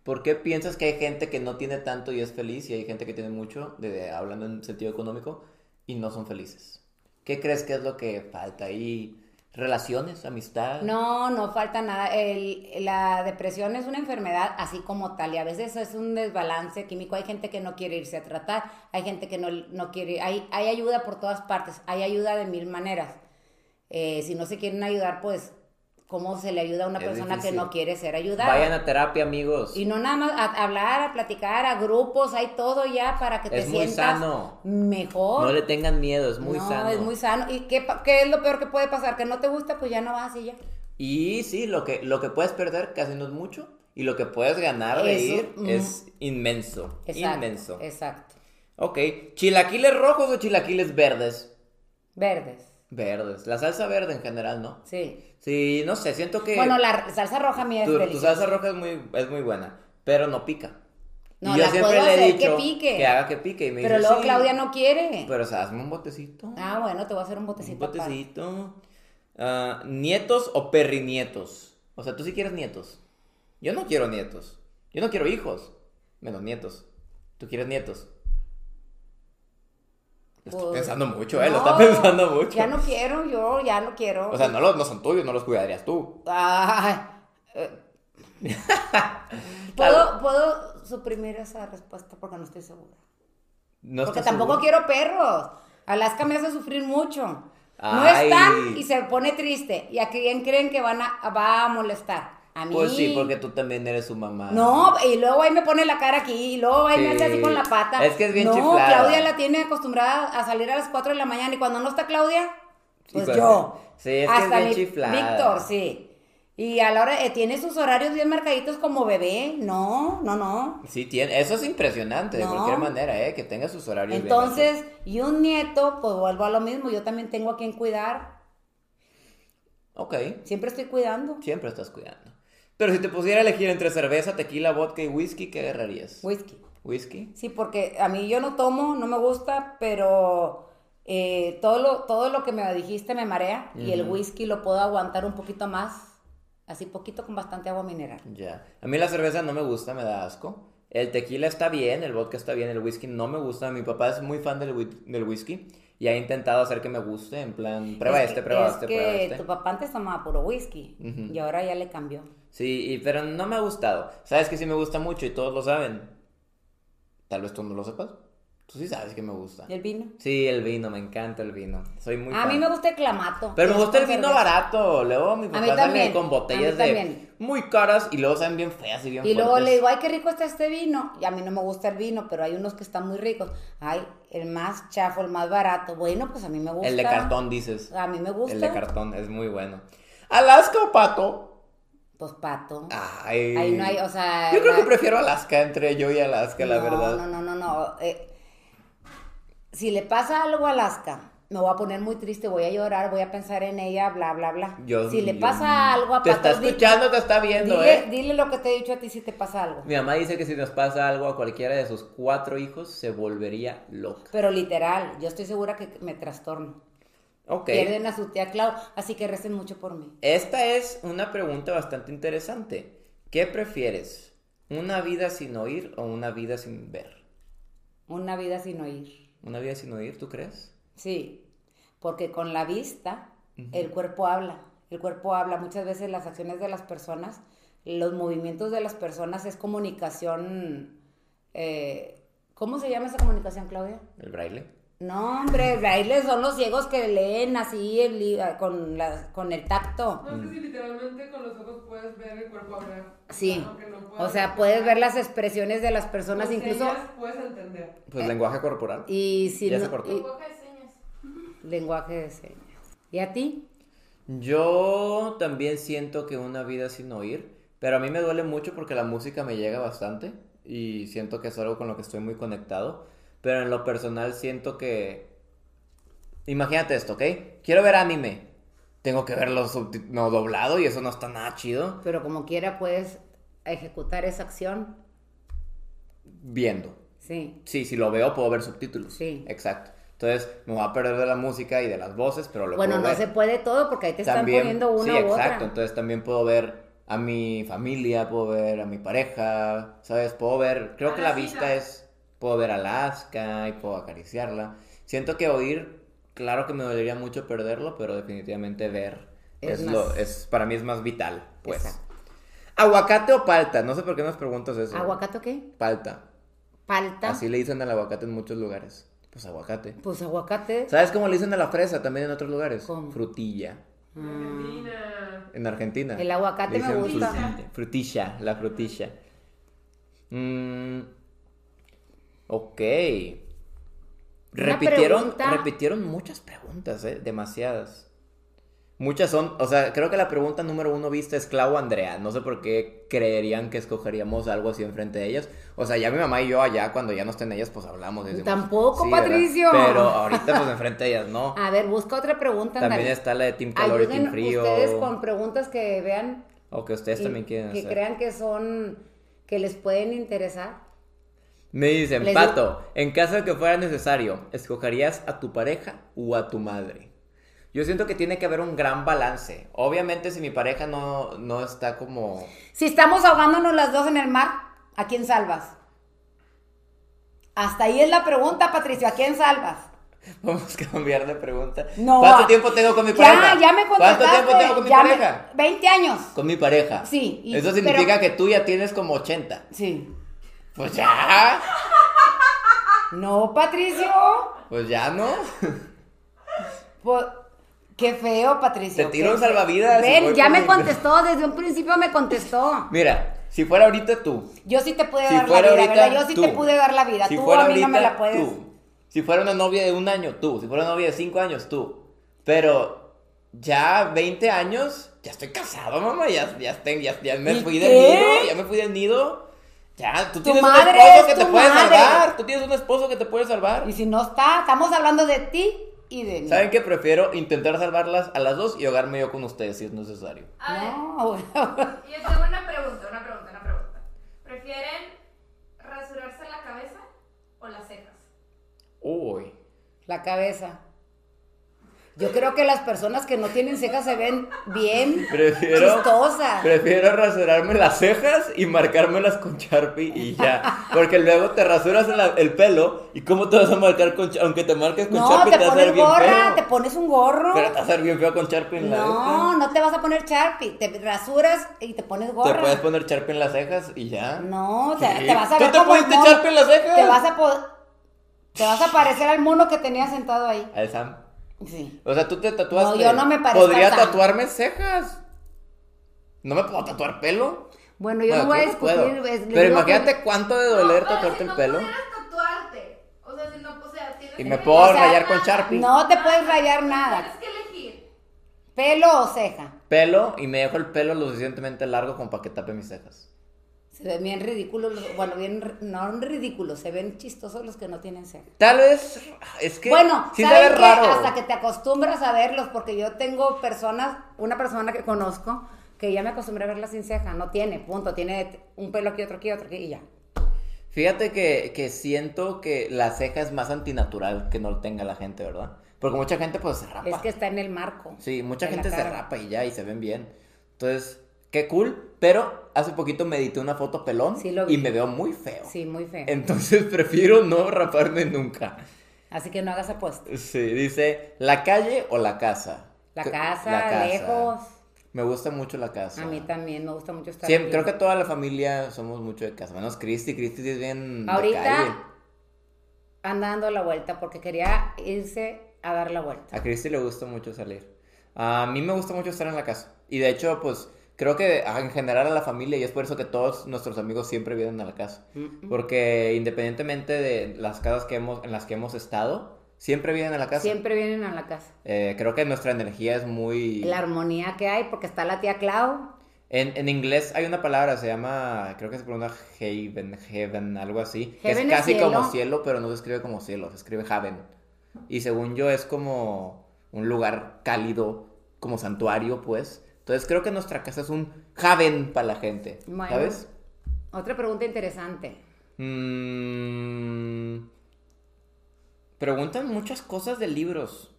¿por qué piensas que hay gente que no tiene tanto y es feliz y hay gente que tiene mucho, de- de- hablando en sentido económico, y no son felices? ¿Qué crees que es lo que falta ahí? ¿Relaciones? ¿Amistad?
No, no falta nada. El- la depresión es una enfermedad así como tal y a veces es un desbalance químico. Hay gente que no quiere irse a tratar, hay gente que no, no quiere, hay, hay ayuda por todas partes, hay ayuda de mil maneras. Eh, si no se quieren ayudar, pues, ¿cómo se le ayuda a una
Es
persona
difícil.
que no quiere ser ayudada?
Vayan a terapia, amigos.
Y no nada más a hablar, a platicar, a grupos, hay todo ya para que te
Es muy
sientas
sano.
mejor.
No le tengan miedo, es muy
No,
sano.
es muy sano. ¿Y qué, pa- qué es lo peor que puede pasar? Que no te gusta, pues ya no vas y ya.
Y sí, lo que, lo que puedes perder casi no es mucho, y lo que puedes ganar de
Eso,
ir
ujú.
es inmenso.
Exacto.
Inmenso.
Exacto.
Ok, ¿chilaquiles rojos o chilaquiles verdes?
Verdes.
Verdes. La salsa verde en general, ¿no?
Sí.
Sí, no sé, siento que
Bueno, la r- salsa roja mía es
tu, tu
deliciosa.
salsa roja es muy, es muy buena, pero no pica.
No,
y yo
la
siempre
puedo
le he
hacer que
dicho
pique.
haga que pique. Y me
Pero
dice,
luego
"Sí,
Claudia no quiere.
Pero, o sea, hazme un botecito.
Ah, bueno, te voy a hacer un botecito.
un
aparte.
botecito. Ah, ¿Nietos o perrinietos? O sea, tú sí quieres nietos. Yo no quiero nietos. Yo no quiero hijos. Menos nietos. ¿Tú quieres nietos? Lo estoy
Pues,
pensando mucho, ¿eh? Lo
no,
está pensando mucho.
Ya no quiero, yo ya no quiero.
O sea, no, los, no son tuyos, no los cuidarías tú.
Ay, eh. ¿Puedo, puedo suprimir esa respuesta porque no estoy segura.
No
porque
estoy
tampoco quiero
seguro.
perros. Alaska me hace sufrir mucho. No
Ay.
está y se pone triste. ¿Y a quién creen que van a, va a molestar? A mí.
Pues sí, porque tú también eres su mamá.
No, y luego ahí me pone la cara aquí, y luego ahí me hace
Sí.
así con la pata.
Es que es bien
no,
chiflada.
Claudia la tiene acostumbrada a salir a las 4 de la mañana y cuando no está Claudia,
Sí,
pues
pues,
yo.
sí, es que
Hasta
es bien
mi-
chiflada.
Víctor, sí. Y a la hora, eh, tiene sus horarios bien marcaditos como bebé. No, no, no.
Sí, tiene. Eso es impresionante de
No.
cualquier manera, ¿eh? Que tenga sus horarios. bien marcados.
Entonces, y un nieto, pues vuelvo a lo mismo, yo también tengo a quien cuidar.
Ok,
Siempre estoy cuidando.
siempre estás cuidando. Pero si te pusiera a elegir entre cerveza, tequila, vodka y whisky, ¿qué agarrarías?
Whisky.
¿Whisky?
Sí, porque a mí yo no tomo, no me gusta, pero eh, todo, lo, todo lo que me dijiste me marea y el
Ujú.
whisky lo puedo aguantar un poquito más, así poquito con bastante agua mineral.
Ya. A mí la cerveza no me gusta, me da asco. El tequila está bien, el vodka está bien, el whisky no me gusta. Mi papá es muy fan del, whi- del whisky y ha intentado hacer que me guste, en plan, prueba
Es
este,
que-
prueba
es
este,
que
prueba este.
tu papá antes tomaba puro whisky
Ujú.
y ahora ya le cambió.
Sí, y- pero no me ha gustado. ¿Sabes que sí me gusta mucho y todos lo saben? Tal vez tú no lo sepas. Tú sí sabes que me gusta.
¿Y el vino?
Sí, el vino, me encanta el vino. Soy muy
a mí
fan.
me gusta el clamato.
Pero me
es
gusta el
con
vino
cerveza.
barato. Luego mi papá
mí
sale
también,
con
a mí
botellas de
también.
muy caras y luego saben bien feas y bien
Y luego le
fuertes.
digo, ay, qué rico está este vino. Y a mí no me gusta el vino, pero hay unos que están muy ricos. Ay, el más chafo, el más barato. Bueno, pues a mí me gusta.
El de cartón, dices.
A mí me gusta.
El de cartón es muy bueno. Alaska o pato.
Pues pato.
Ay.
Ahí no hay, o sea.
Ah, Yo creo que
la-
prefiero Alaska entre yo y Alaska, la
no,
verdad.
No, no, no, no. eh, si le pasa algo a Alaska, me voy a poner muy triste, voy a llorar, voy a pensar en ella, bla, bla, bla.
Yo-
si le
yo-
pasa algo a
Te está
Pato, di-
escuchando, te está viendo,
dile,
¿eh?
dile lo que te he dicho a ti si te pasa algo.
Mi mamá dice que si nos pasa algo a cualquiera de sus cuatro hijos, se volvería loca.
Pero literal, yo estoy segura que me trastorno.
Ok.
Pierden a su tía Clau, así que recen mucho por mí.
Esta es una pregunta bastante interesante. ¿Qué prefieres? ¿Una vida sin oír o una vida sin ver?
Una vida sin oír.
¿Una vida sin oír, tú crees?
Sí, porque con la vista el cuerpo habla, el cuerpo habla. Muchas veces las acciones de las personas, los movimientos de las personas es comunicación... eh, ¿Cómo se llama esa comunicación, Claudia?
El braille.
No, hombre, braille son los ciegos que leen así el li- ah, con, la- con el tacto.
No, es que si literalmente con los ojos puedes ver el cuerpo hablar.
Sí,
Aunque no puedas
o sea, puedes ver las expresiones de las
con
personas incluso...
señas puedes entender.
Pues lenguaje corporal.
Y si
Ya se
no-
cortó.
y-
Lenguaje de señas.
lenguaje de señas. ¿Y a ti?
Yo también siento que una vida sin oír, pero a mí me duele mucho porque la música me llega bastante y siento que es algo con lo que estoy muy conectado, pero en lo personal siento que... Imagínate esto, ¿ok? Quiero ver anime. Tengo que verlo subti- no, doblado y eso no está nada chido.
Pero como quiera puedes ejecutar esa acción.
Viendo.
Sí.
Sí, si lo veo puedo ver subtítulos.
Sí.
Exacto. Entonces me voy a perder de la música y de las voces, pero lo
Bueno,
puedo
no
ver.
se puede todo porque ahí te están poniendo una
sí,
u
exacto.
otra.
Entonces también puedo ver a mi familia, puedo ver a mi pareja, ¿sabes? Puedo ver, creo
A
que
Ah,
la
la vista
cita.
es, puedo ver a Alaska y puedo acariciarla. Siento que oír, claro que me dolería mucho perderlo, pero definitivamente ver
Es
es,
más.
lo, es para mí es más vital, pues.
Exacto.
¿Aguacate o palta? No sé por qué nos preguntas eso.
¿Aguacate o qué?
Palta.
Palta.
eh, Así le dicen al aguacate en muchos lugares. Pues aguacate.
Pues aguacate.
¿Sabes cómo le dicen a la fresa también en otros lugares?
¿Cómo?
Frutilla.
Mm.
Argentina.
En Argentina.
El aguacate
Le
me
dicen
gusta.
Frutilla, frutilla, la frutilla. Mm, ok. Repitieron,
pregunta-
repitieron muchas preguntas, ¿eh? Demasiadas. Muchas son, o sea, creo que la pregunta número uno vista es Clau Andrea. No sé por qué creerían que escogeríamos algo así enfrente de ellas. O sea, ya mi mamá y yo allá, cuando ya no estén ellas, pues hablamos. y decimos,
Tampoco,
"Sí, ¿verdad?".
Patricio.
Pero ahorita, pues enfrente de ellas, no.
A ver, busca otra pregunta.
También
ándale.
está la de Team Calor y
Ayuden
Team Frío.
ustedes con preguntas que vean
O que ustedes
y
también quieren
que
hacer.
crean que son que les pueden interesar.
Me dicen,
Les di-
Pato, en caso de que fuera necesario, ¿escogerías a tu pareja o a tu madre? Yo siento que tiene que haber un gran balance. Obviamente, si mi pareja no, no está como.
Si estamos ahogándonos las dos en el mar, ¿a quién salvas? Hasta ahí es la pregunta, Patricio, ¿a quién salvas?
Vamos a cambiar de pregunta.
No,
¿Cuánto
ah,
tiempo tengo con mi
Ya,
pareja?
ya me contestaste.
¿Cuánto tiempo tengo con mi
ya me-
pareja?
20 años.
Con mi pareja.
Sí, y-
Eso
pero-
significa que tú ya tienes como 80.
Sí.
Pues ya.
No, Patricio.
Pues ya no.
Pues, qué feo, Patricio.
Te tiro
qué
un
feo.
salvavidas y
Ven,
voy
ya
por
me
mi-
contestó, desde un principio me contestó.
Mira, si fuera ahorita tú.
Yo sí te pude
Si
dar la
fuera
vida,
ahorita
¿verdad? Yo sí
tú.
te pude dar la vida.
Si
tú
fuera
a mí no me
ahorita,
la puedes.
tú. Si fuera una novia de un año, tú. Si fuera una novia de cinco años, tú. Pero ya 20 años, ya estoy casado, mamá. Ya, ya, estoy- ya, ya me
¿Y
fui
qué?
del nido. Ya me fui del nido. Ya, tú tienes
madre
un esposo
es
que te
tu
puede
madre.
salvar. Tú tienes un esposo que te puede salvar.
Y si no está, estamos hablando de ti y de mí.
¿Saben qué? Prefiero intentar salvarlas a las dos y ahogarme yo con ustedes si es necesario.
A ver,
No,
yo tengo una pregunta, una pregunta, una pregunta. ¿Prefieren rasurarse la cabeza o las cejas?
Uy.
la cabeza. Yo creo que las personas que no tienen cejas se ven bien
Prefiero-
chistosas.
Prefiero rasurarme las cejas y marcármelas con Sharpie y ya. Porque luego te rasuras la- el pelo y cómo te vas a marcar con Sharpie. Aunque te marques con
no,
Sharpie,
te
te, vas a ver
pones
bien
gorra,
feo.
te pones un gorro.
Pero te vas a ver bien feo con Sharpie en la
No, no te vas a poner charpi, te rasuras y te pones
esta. Te
gorra.
puedes poner Sharpie en las cejas y ya.
No, te,
Sí.
te vas a
¿Tú
ver
te
como el
pusiste
mono.
Sharpie en las cejas?
Te vas a po- te vas a parecer al mono que tenía sentado ahí.
Al Sam.
Sí.
O sea, tú te tatuaste.
No, yo no me parezco
Podría
al Sam.
tatuarme cejas. No me puedo tatuar pelo.
Bueno, yo
Bueno,
no voy a
creo que puedo.
discutir. es- le
Pero
digo que-
imagínate cuánto de doler
No, pero
tatuarte
si
el pelo.
No pudieras tatuarte. O sea, si no, o sea, tienes
Y
que
me puedo
elegir
rayar
nada.
con Sharpie.
No te puedes rayar nada.
Tienes que elegir.
Pelo o ceja.
Pelo y me dejo el pelo lo suficientemente largo como para que tape mis cejas.
Se ven bien ridículos, los- bueno, bien, r- no ridículos, se ven chistosos los que no tienen ceja.
Tal vez es que
Bueno,
sí se
¿saben
ve
qué?
raro.
Hasta que te acostumbras a verlos, porque yo tengo personas, una persona que conozco, que ya me acostumbré a verla sin ceja, no tiene, punto, tiene un pelo aquí, otro aquí, otro aquí y ya.
Fíjate que, que siento que la ceja es más antinatural que no lo tenga la gente, ¿verdad? Porque mucha gente pues se rapa.
Es que está en el marco.
Sí, mucha
de la
gente se
cara.
rapa y ya y se ven bien. Entonces, qué cool, pero hace poquito me edité una foto pelón
Sí, lo vi.
y me veo muy feo.
Sí, muy feo.
Entonces prefiero no raparme nunca.
Así que no hagas apuestas.
Sí, dice la calle o la casa.
La
Que-
casa, lejos.
Me gusta mucho la casa.
A mí también me gusta mucho estar
Siempre-
aquí.
creo que toda la familia somos mucho de casa, menos Cristi. Cristi sí es bien. de calle.
Ahorita anda dando la vuelta porque quería irse a dar la vuelta.
A Cristi le gusta mucho salir. A mí me gusta mucho estar en la casa. Y de hecho, pues creo que ah, en general a la familia, y es por eso que todos nuestros amigos siempre vienen a la casa. Porque independientemente de las casas que hemos, en las que hemos estado, siempre vienen a la casa.
Siempre vienen a la casa.
Eh, creo que nuestra energía es muy.
La armonía que hay porque está la tía Clau.
En, en inglés hay una palabra, se llama, creo que se pronuncia haven, heaven, algo así. que
Heaven
es
es
casi
cielo.
como cielo, pero no se escribe como cielo, se escribe haven. Y según yo es como un lugar cálido, como santuario, pues. Entonces creo que nuestra casa es un haven para la gente,
Bueno.
¿sabes?
Otra pregunta interesante.
Mm, preguntan muchas cosas de libros.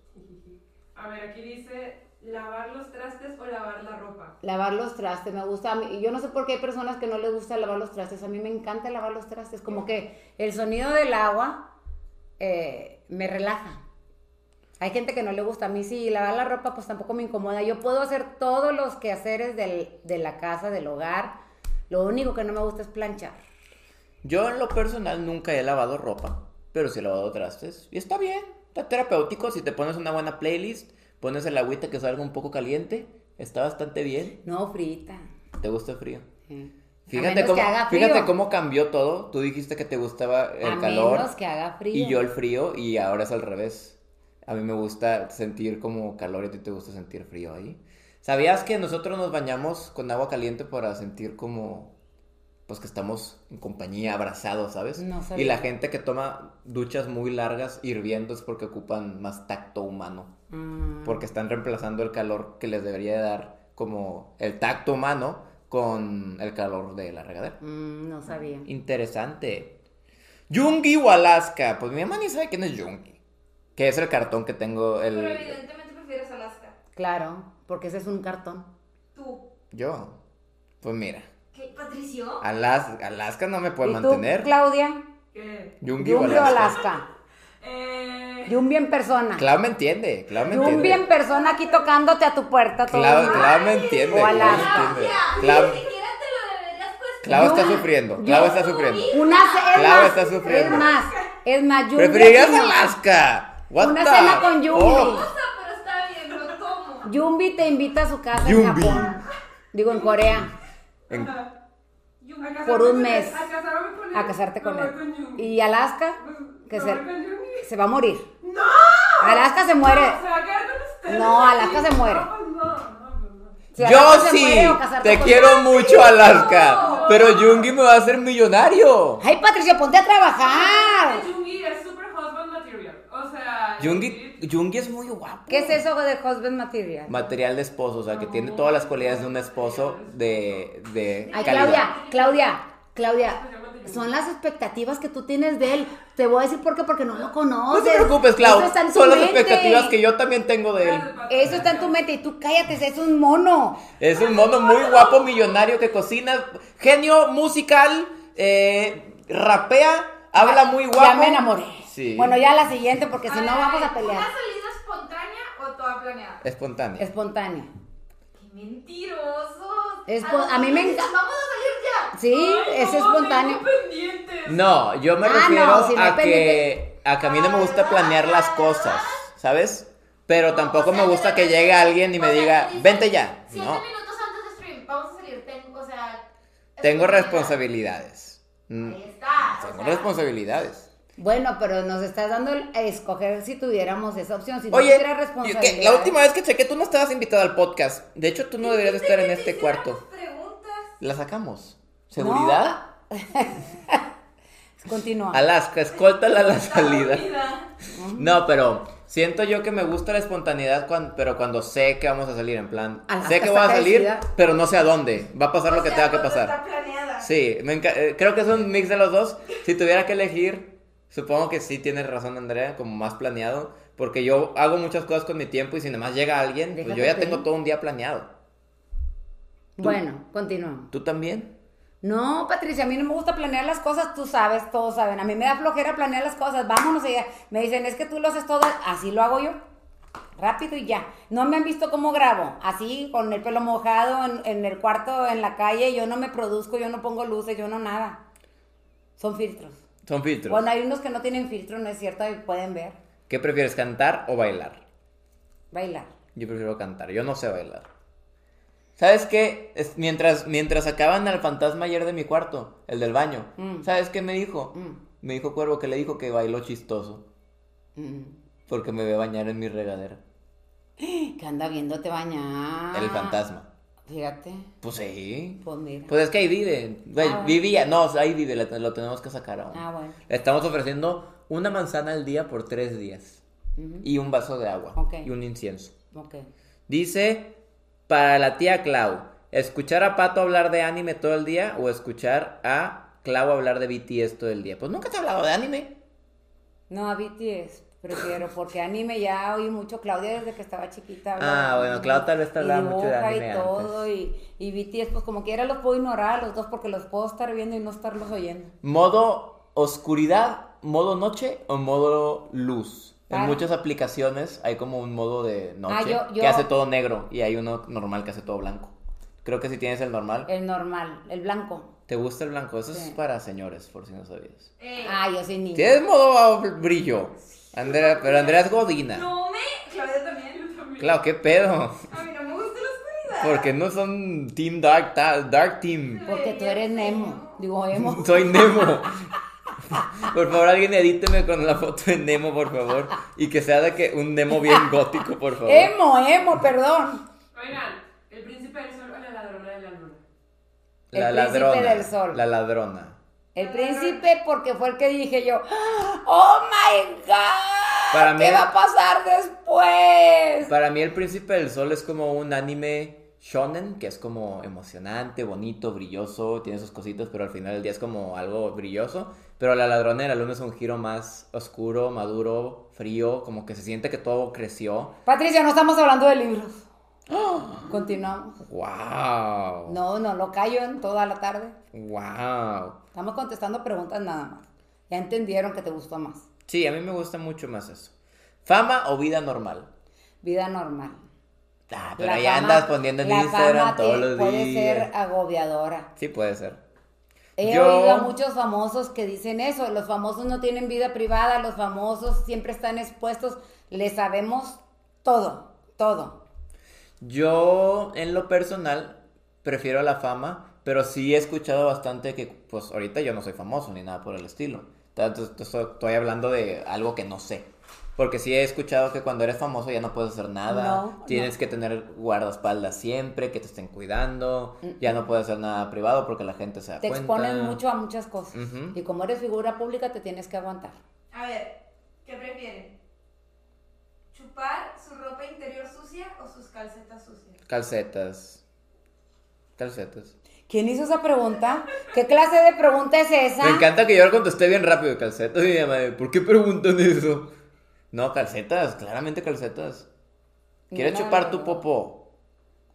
A ver, aquí dice lavar los trastes o lavar la ropa.
Lavar los trastes, me gusta. a mí- Yo no sé por qué hay personas que no les gusta lavar los trastes. A mí me encanta lavar los trastes. Como que el sonido del agua eh, me relaja. Hay gente que no le gusta. A mí sí, lavar la ropa pues tampoco me incomoda. Yo puedo hacer todos los quehaceres del- de la casa, del hogar. Lo único que no me gusta es planchar.
Yo en lo personal nunca he lavado ropa, pero sí he lavado trastes. Y está bien, está terapéutico. Si te pones una buena playlist, pones el agüita que salga un poco caliente, está bastante bien.
No, frita.
¿Te gusta el frío?
Sí. a
Mm. Fíjate
menos
cómo,
que haga frío.
fíjate cómo cambió todo. Tú dijiste que te gustaba el
a
calor
menos que haga frío.
y yo el frío y ahora es al revés. A mí me gusta sentir como calor y a ti te gusta sentir frío ahí. ¿Sabías que nosotros nos bañamos con agua caliente para sentir como pues que estamos en compañía, abrazados, ¿sabes?
No sabía.
y la gente que toma duchas muy largas hirviendo es porque ocupan más tacto humano,
Mm.
porque están reemplazando el calor que les debería dar como el tacto humano con el calor de la regadera.
Mm, no sabía.
Interesante. Yungi o Alaska. Pues mi mamá ni sabe quién es Yungi. Que es el cartón que tengo.
Pero
El...
evidentemente prefieres Alaska.
Claro, porque ese es un cartón.
Tú.
Yo. Pues mira.
¿Qué? ¿Patricio?
Alaska, Alaska no me puede
¿Y
mantener.
tú, Claudia?
¿Qué?
Yungi o
Yumbi o
Alaska.
Alaska.
Eh,
Yumbi en persona.
Clau me entiende. Clau me entiende.
Yumbi en persona aquí tocándote a tu puerta todo el
Clau,
día.
Clau me entiende.
O
Clau me
Alaska.
entiende.
Claro.
Clau,
Ah, Ni siquiera te lo deberías cuestionar.
Clau está
Yo-
sufriendo.
yo-
Clau está sufriendo.
Una ce- es
Clau
más,
está sufriendo.
Es más, es más, Yumbi.
¿Preferirías
te-
Alaska? What
Una
the-
cena con Yungi.
Oh,
Cosa, pero está bien, lo tomo.
Yumbi te invita a su casa
Yumbi.
en Japón. Digo, en Corea.
en-
ajá.
Yungi.
A
Por
casarme
un
con
mes.
él, A casarme con él.
A casarte con
Me voy con
él.
Yungi.
Y Alaska,
Me-
que
me
se,
voy con Yungi.
se va a morir.
¡No!
Alaska se muere.
No, se va a quedar con ustedes.
No,
aquí.
Alaska se muere.
No, pues no, no, pues no.
Si Alaska
Yo
se
sí,
muere o casarte
te
con-
quiero mucho Alaska, pero Yungi me va a hacer millonario.
Ay, Patricia, ponte a trabajar.
Yungi es super husband material. O sea,
Yungi, Yungi es muy guapo.
¿Qué es eso de husband material?
Material de esposo, o sea, que tiene todas las cualidades de un esposo de, de
Ay,
calidad.
Claudia, Claudia, Claudia, son las expectativas que tú tienes de él. Te voy a decir por qué, porque no lo conoces.
No te preocupes,
Eso
Clau.
está en tu
Son las
mente.
expectativas que yo también tengo de él.
Eso está en tu mente y tú cállate, es un mono.
Es un mono muy guapo, millonario que cocina, genio musical, eh, rapea, habla muy guapo.
Ya me enamoré.
Sí.
Bueno, ya la siguiente, porque si
ver,
no vamos a
ver,
pelear.
¿Una salida espontánea o toda planeada?
Espontáneo.
Espontánea.
¡Qué mentirosos!
Espo-
nosotros
a mí me
dices,
encanta-
¡Vamos a salir ya!
Sí, es espontáneo.
No, yo me
Ah,
refiero
no, si no
a que
pendiente.
a que a mí no me gusta planear las cosas, ¿sabes? Pero tampoco
O sea,
me gusta que
de
llegue
verdad,
alguien y
o
me
sea,
diga,
dicen,
vente ya.
Siete
No,
minutos antes de stream, vamos a salir. Tengo, o sea.
tengo
responsabilidad.
responsabilidades. Mm,
Ahí está. o
Tengo
sea,
responsabilidades.
Bueno, pero nos estás dando el- a escoger si tuviéramos esa opción, si no
Oye,
tuvieras
yo-
responsabilidad.
que la última vez que chequé tú no estabas invitada al podcast. De hecho, tú no deberías de estar en este cuarto.
Preguntas.
La sacamos. ¿Seguridad?
Continúa.
Alaska, escóltala a la salida.
Vida.
No, pero siento yo que me gusta la espontaneidad, cuan- pero cuando sé que vamos a salir, en plan,
Alaska
sé que
está
voy a salir,
agradecida.
pero no sé a dónde. Va a pasar
O
lo que
sea,
tenga que
cuando
pasar.
Está planeada.
Sí, me enca- eh, creo que es un mix de los dos. Si tuviera que elegir, supongo que sí tienes razón, Andrea, como más planeado, porque yo hago muchas cosas con mi tiempo y si nada más llega alguien, pues yo
Déjate
ya
pedir.
tengo todo un día planeado.
Bueno, continuamos.
¿Tú también?
No, Patricia, a mí no me gusta planear las cosas, tú sabes, todos saben. A mí me da flojera planear las cosas, vámonos allá. Me dicen, es que tú lo haces todo, así lo hago yo. Rápido y ya. No me han visto cómo grabo, así, con el pelo mojado, en, en el cuarto, en la calle. Yo no me produzco, yo no pongo luces, yo no nada. Son filtros.
Son filtros.
Bueno, hay unos que no tienen filtro, no es cierto, ahí pueden ver.
¿Qué prefieres, cantar o bailar?
Bailar.
Yo prefiero cantar, yo no sé bailar. ¿Sabes qué? Es- mientras, mientras sacaban al fantasma ayer de mi cuarto, el del baño,
Mm.
¿sabes qué me dijo?
Mm,
Me dijo Cuervo que le dijo que bailó chistoso
mm.
porque me ve bañar en mi regadera.
Que anda viéndote bañar.
El fantasma.
Fíjate,
Pues sí.
pues mira.
Pues es que ahí vive. güey,
Ah, bueno.
Vivía. No, o sea, ahí vive, la- lo tenemos que sacar ahora.
Ah, bueno.
Le estamos ofreciendo una manzana al día por tres días.
Ujú.
Y un vaso de agua.
Ok.
Y un incienso.
Ok.
Dice, para la tía Clau, ¿escuchar a Pato hablar de anime todo el día o escuchar a Clau hablar de BTS todo el día? Pues nunca te he hablado de anime.
No, a BTS prefiero, porque anime ya oí mucho. Claudia desde que estaba chiquita.
Ah, bueno, Clau tal vez te
y
hablaba mucho de
dibuja
anime
Y todo,
antes.
y, y BTS, pues como quiera los puedo ignorar a los dos porque los puedo estar viendo y no estarlos oyendo.
Modo oscuridad, modo noche o modo luz. En
Ah.
muchas aplicaciones hay como un modo de noche
Ah, yo- yo-
que hace todo negro y hay uno normal que hace todo blanco. Creo que si tienes el normal,
El normal, el blanco.
te gusta el blanco. Eso es
Eh, Sí.
para señores, por si no sabías.
Eh,
Ah, yo soy niña.
Tienes modo brillo, Andrea, pero Andrea es godina.
No me. Claudia también.
Claro, qué pedo.
A mí no me gusta la oscuridad.
Porque no son Team Dark, Ta- Dark Team.
Porque tú eres Nemo. Digo, Emo.
Soy Nemo. Por favor, alguien edíteme con la foto de Nemo, por favor. Y que sea de que un Nemo bien gótico, por favor.
Emo, Emo, perdón.
Oigan, el príncipe del sol o la ladrona de la luna.
El
la
príncipe
ladrona.
del sol.
La ladrona.
El príncipe, porque fue el que dije yo, oh my god,
Para mí-
¿qué va a pasar después?
Para mí, el príncipe del sol es como un anime shonen, que es como emocionante, bonito, brilloso, tiene sus cositas, pero al final del día es como algo brilloso. Pero la ladrona del alumno es un giro más oscuro, maduro, frío, como que se siente que todo creció.
Patricia, no estamos hablando de libros. Continuamos.
¡Wow!
No, no, lo callo en toda la tarde.
¡Wow!
Estamos contestando preguntas nada más. Ya entendieron que te gustó más.
Sí, a mí me gusta mucho más eso. ¿Fama o vida normal?
Vida normal.
Ah, pero
La
ahí
fama-
andas poniendo en
la
Instagram
fama te
todos los
puede
días.
ser agobiadora.
Sí, puede ser.
He
Yo-
oído a muchos famosos que dicen eso. Los famosos no tienen vida privada, los famosos siempre están expuestos. Le sabemos todo, todo.
Yo, en lo personal, prefiero la fama, pero sí he escuchado bastante que, pues, ahorita yo no soy famoso ni nada por el estilo. Tanto- t- so- Estoy hablando de algo que no sé. Porque sí he escuchado que cuando eres famoso ya no puedes hacer nada.
No,
Tienes que tener guardaespaldas siempre, que te estén cuidando. Ya no puedes hacer nada privado porque la gente se da
Te
cuenta.
exponen mucho a muchas cosas.
Ujú.
Y como eres figura pública, te tienes que aguantar.
A ver, ¿qué prefieren? ¿Chupar su ropa interior sucia o sus calcetas sucias?
Calcetas. Calcetas.
¿Quién hizo esa pregunta? ¿Qué clase de pregunta es esa?
Me encanta que yo lo contesté bien rápido, calcetas. Y mi mamá, ¿por qué preguntan eso? No, calcetas, claramente calcetas. ¿Quieres
Nada,
chupar tu
no.
popo?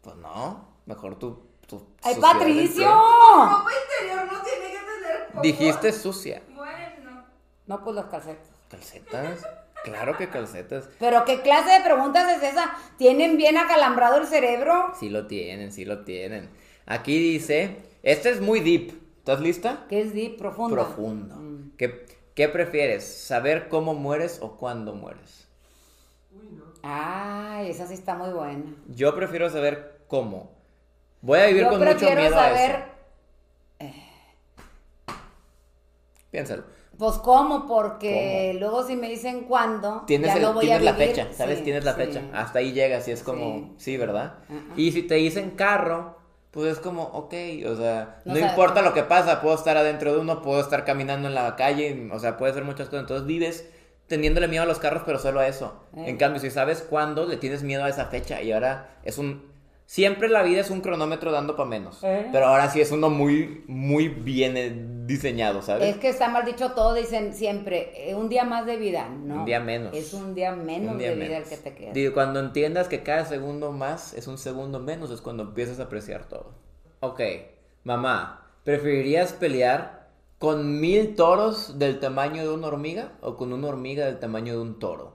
Pues no, mejor tu. tu
¡Ay,
suciedad del
Patricio!
cuerpo.
Ropa interior no tiene que tener popó.
Dijiste sucia.
Bueno,
No, pues los calcetas.
¿Calcetas? Claro que calcetas.
Pero ¿qué clase de preguntas es esa? ¿Tienen bien acalambrado el cerebro?
Sí lo tienen, sí lo tienen. Aquí dice: Este es muy deep. ¿Estás lista?
¿Qué es deep, profundo?
Profundo. ¿Qué, ¿Qué prefieres? ¿Saber cómo mueres o cuándo mueres?
Uy, no.
Ay, Ah, esa sí está muy buena.
Yo prefiero saber cómo. Voy a vivir
Yo
con mucho
prefiero
miedo
saber,
a eso. Piénsalo.
pues cómo, porque luego si me dicen cuándo,
Tienes,
ya
el-
lo voy
tienes
a
la
vivir.
fecha, ¿sabes?
Sí,
tienes la
sí.
fecha. Ah, Hasta ahí llegas y es como, sí, ¿verdad?
Ajá.
Y si te dicen carro, pues es como, ok, o sea, no,
No sabes
importa
cómo.
lo que pasa, puedo estar adentro de uno, puedo estar caminando en la calle, o sea, puede ser muchas cosas. Entonces vives teniéndole miedo a los carros, pero solo a eso.
Eh.
En cambio, si sabes cuándo, le tienes miedo a esa fecha y ahora es un... Siempre la vida es un cronómetro dando para menos.
Eh.
Pero ahora sí es uno muy, muy bien eh, diseñado, ¿sabes?
Es que está mal dicho todo, dicen siempre, eh, un día más de vida, ¿no?
Un día menos.
Es un día menos
Un día
de vida
menos.
el que te queda.
Digo, cuando entiendas que cada segundo más es un segundo menos, es cuando empiezas a apreciar todo. Ok, mamá, ¿preferirías pelear con mil toros del tamaño de una hormiga o con una hormiga del tamaño de un toro?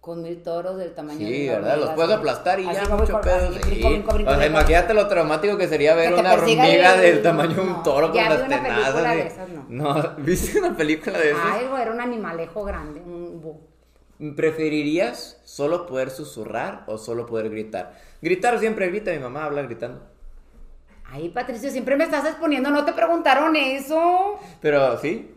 Con mil toros del tamaño de
Sí,
una
¿verdad? Los
hormiga,
puedes
sí.
aplastar y
Así
ya,
me voy
mucho
por-
pedo.
así,
sí.
brinco, brinco,
o sea,
brinco.
imagínate lo traumático que sería ver
Que te
una
persiga
hormiga
el-
del tamaño de un
no,
toro con
ya vi
las
una película
tenazas.
de
y-
esas, no.
no, ¿viste una película de esas?
Ay, güey, era un animalejo grande, un búho.
¿Preferirías solo poder susurrar o solo poder gritar? Gritar siempre grita, mi mamá habla gritando.
Ay, Patricio, siempre me estás exponiendo, no te preguntaron eso.
Pero sí,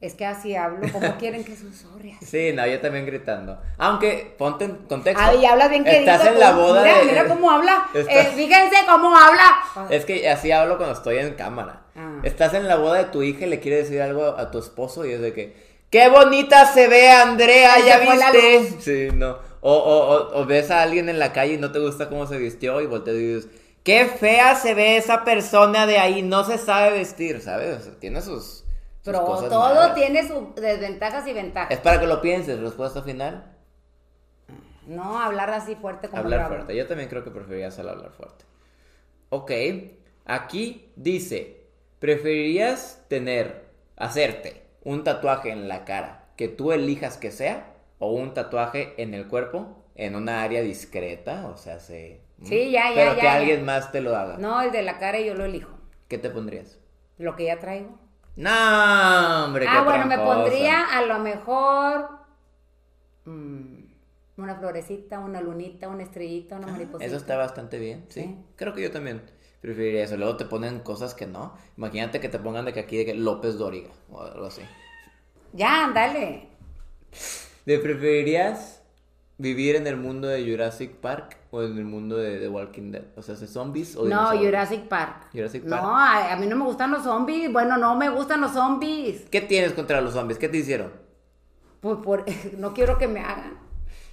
Es que así hablo, ¿cómo quieren que susurre así?
sí, no, yo también gritando. Aunque, ponte en contexto.
Ay, hablas Ah, bien querido.
Estás en la
pues,
boda
Mira,
de-
mira cómo habla.
Estás- Eh,
Eh, fíjense cómo habla.
Es que así hablo cuando estoy en cámara.
Ah.
Estás en la boda de tu hija y le quieres decir algo a tu esposo y es de que... ¡Qué bonita se ve Andrea!
Y se
¿Ya
fue la
viste? Sí, no. O, o- o- o ves a alguien en la calle y no te gusta cómo se vistió y volteas y dices... ¡Qué fea se ve esa persona de ahí! No se sabe vestir, ¿sabes? O sea, tiene sus... sus
Pero
cosas
todo
malas.
tiene sus desventajas y ventajas.
Es para que lo pienses, respuesta final.
No hablar así fuerte como yo
Hablar
hablo.
fuerte. Yo también creo que preferirías el hablar fuerte. Ok. Aquí dice: ¿preferirías tener, hacerte un tatuaje en la cara que tú elijas que sea? ¿O un tatuaje en el cuerpo en una área discreta? O sea, se.
Sí, ya, ya,
Pero
ya,
que
ya.
alguien más te lo haga.
No, el de la cara yo lo elijo.
¿Qué te pondrías?
Lo que ya traigo.
No, hombre. qué
ah, bueno, me
tramposa.
pondría a lo mejor mm, una florecita, una lunita, una estrellita, una mariposita.
Ah, Eso está bastante bien, sí.
Pues Sí.
Creo que yo también preferiría eso. Luego te ponen cosas que no. Imagínate que te pongan de que aquí de que López Dóriga o algo así.
Ya, dale.
¿Te preferirías vivir en el mundo de Jurassic Park o en el mundo de The Walking Dead? O sea, ¿de zombies o
No,
dinosaurios?
Jurassic Park.
Jurassic Park.
No, a, a mí no me gustan los zombies. Bueno, no me gustan los zombies.
¿Qué tienes contra los zombies? ¿Qué te hicieron?
Pues por, no quiero que me hagan.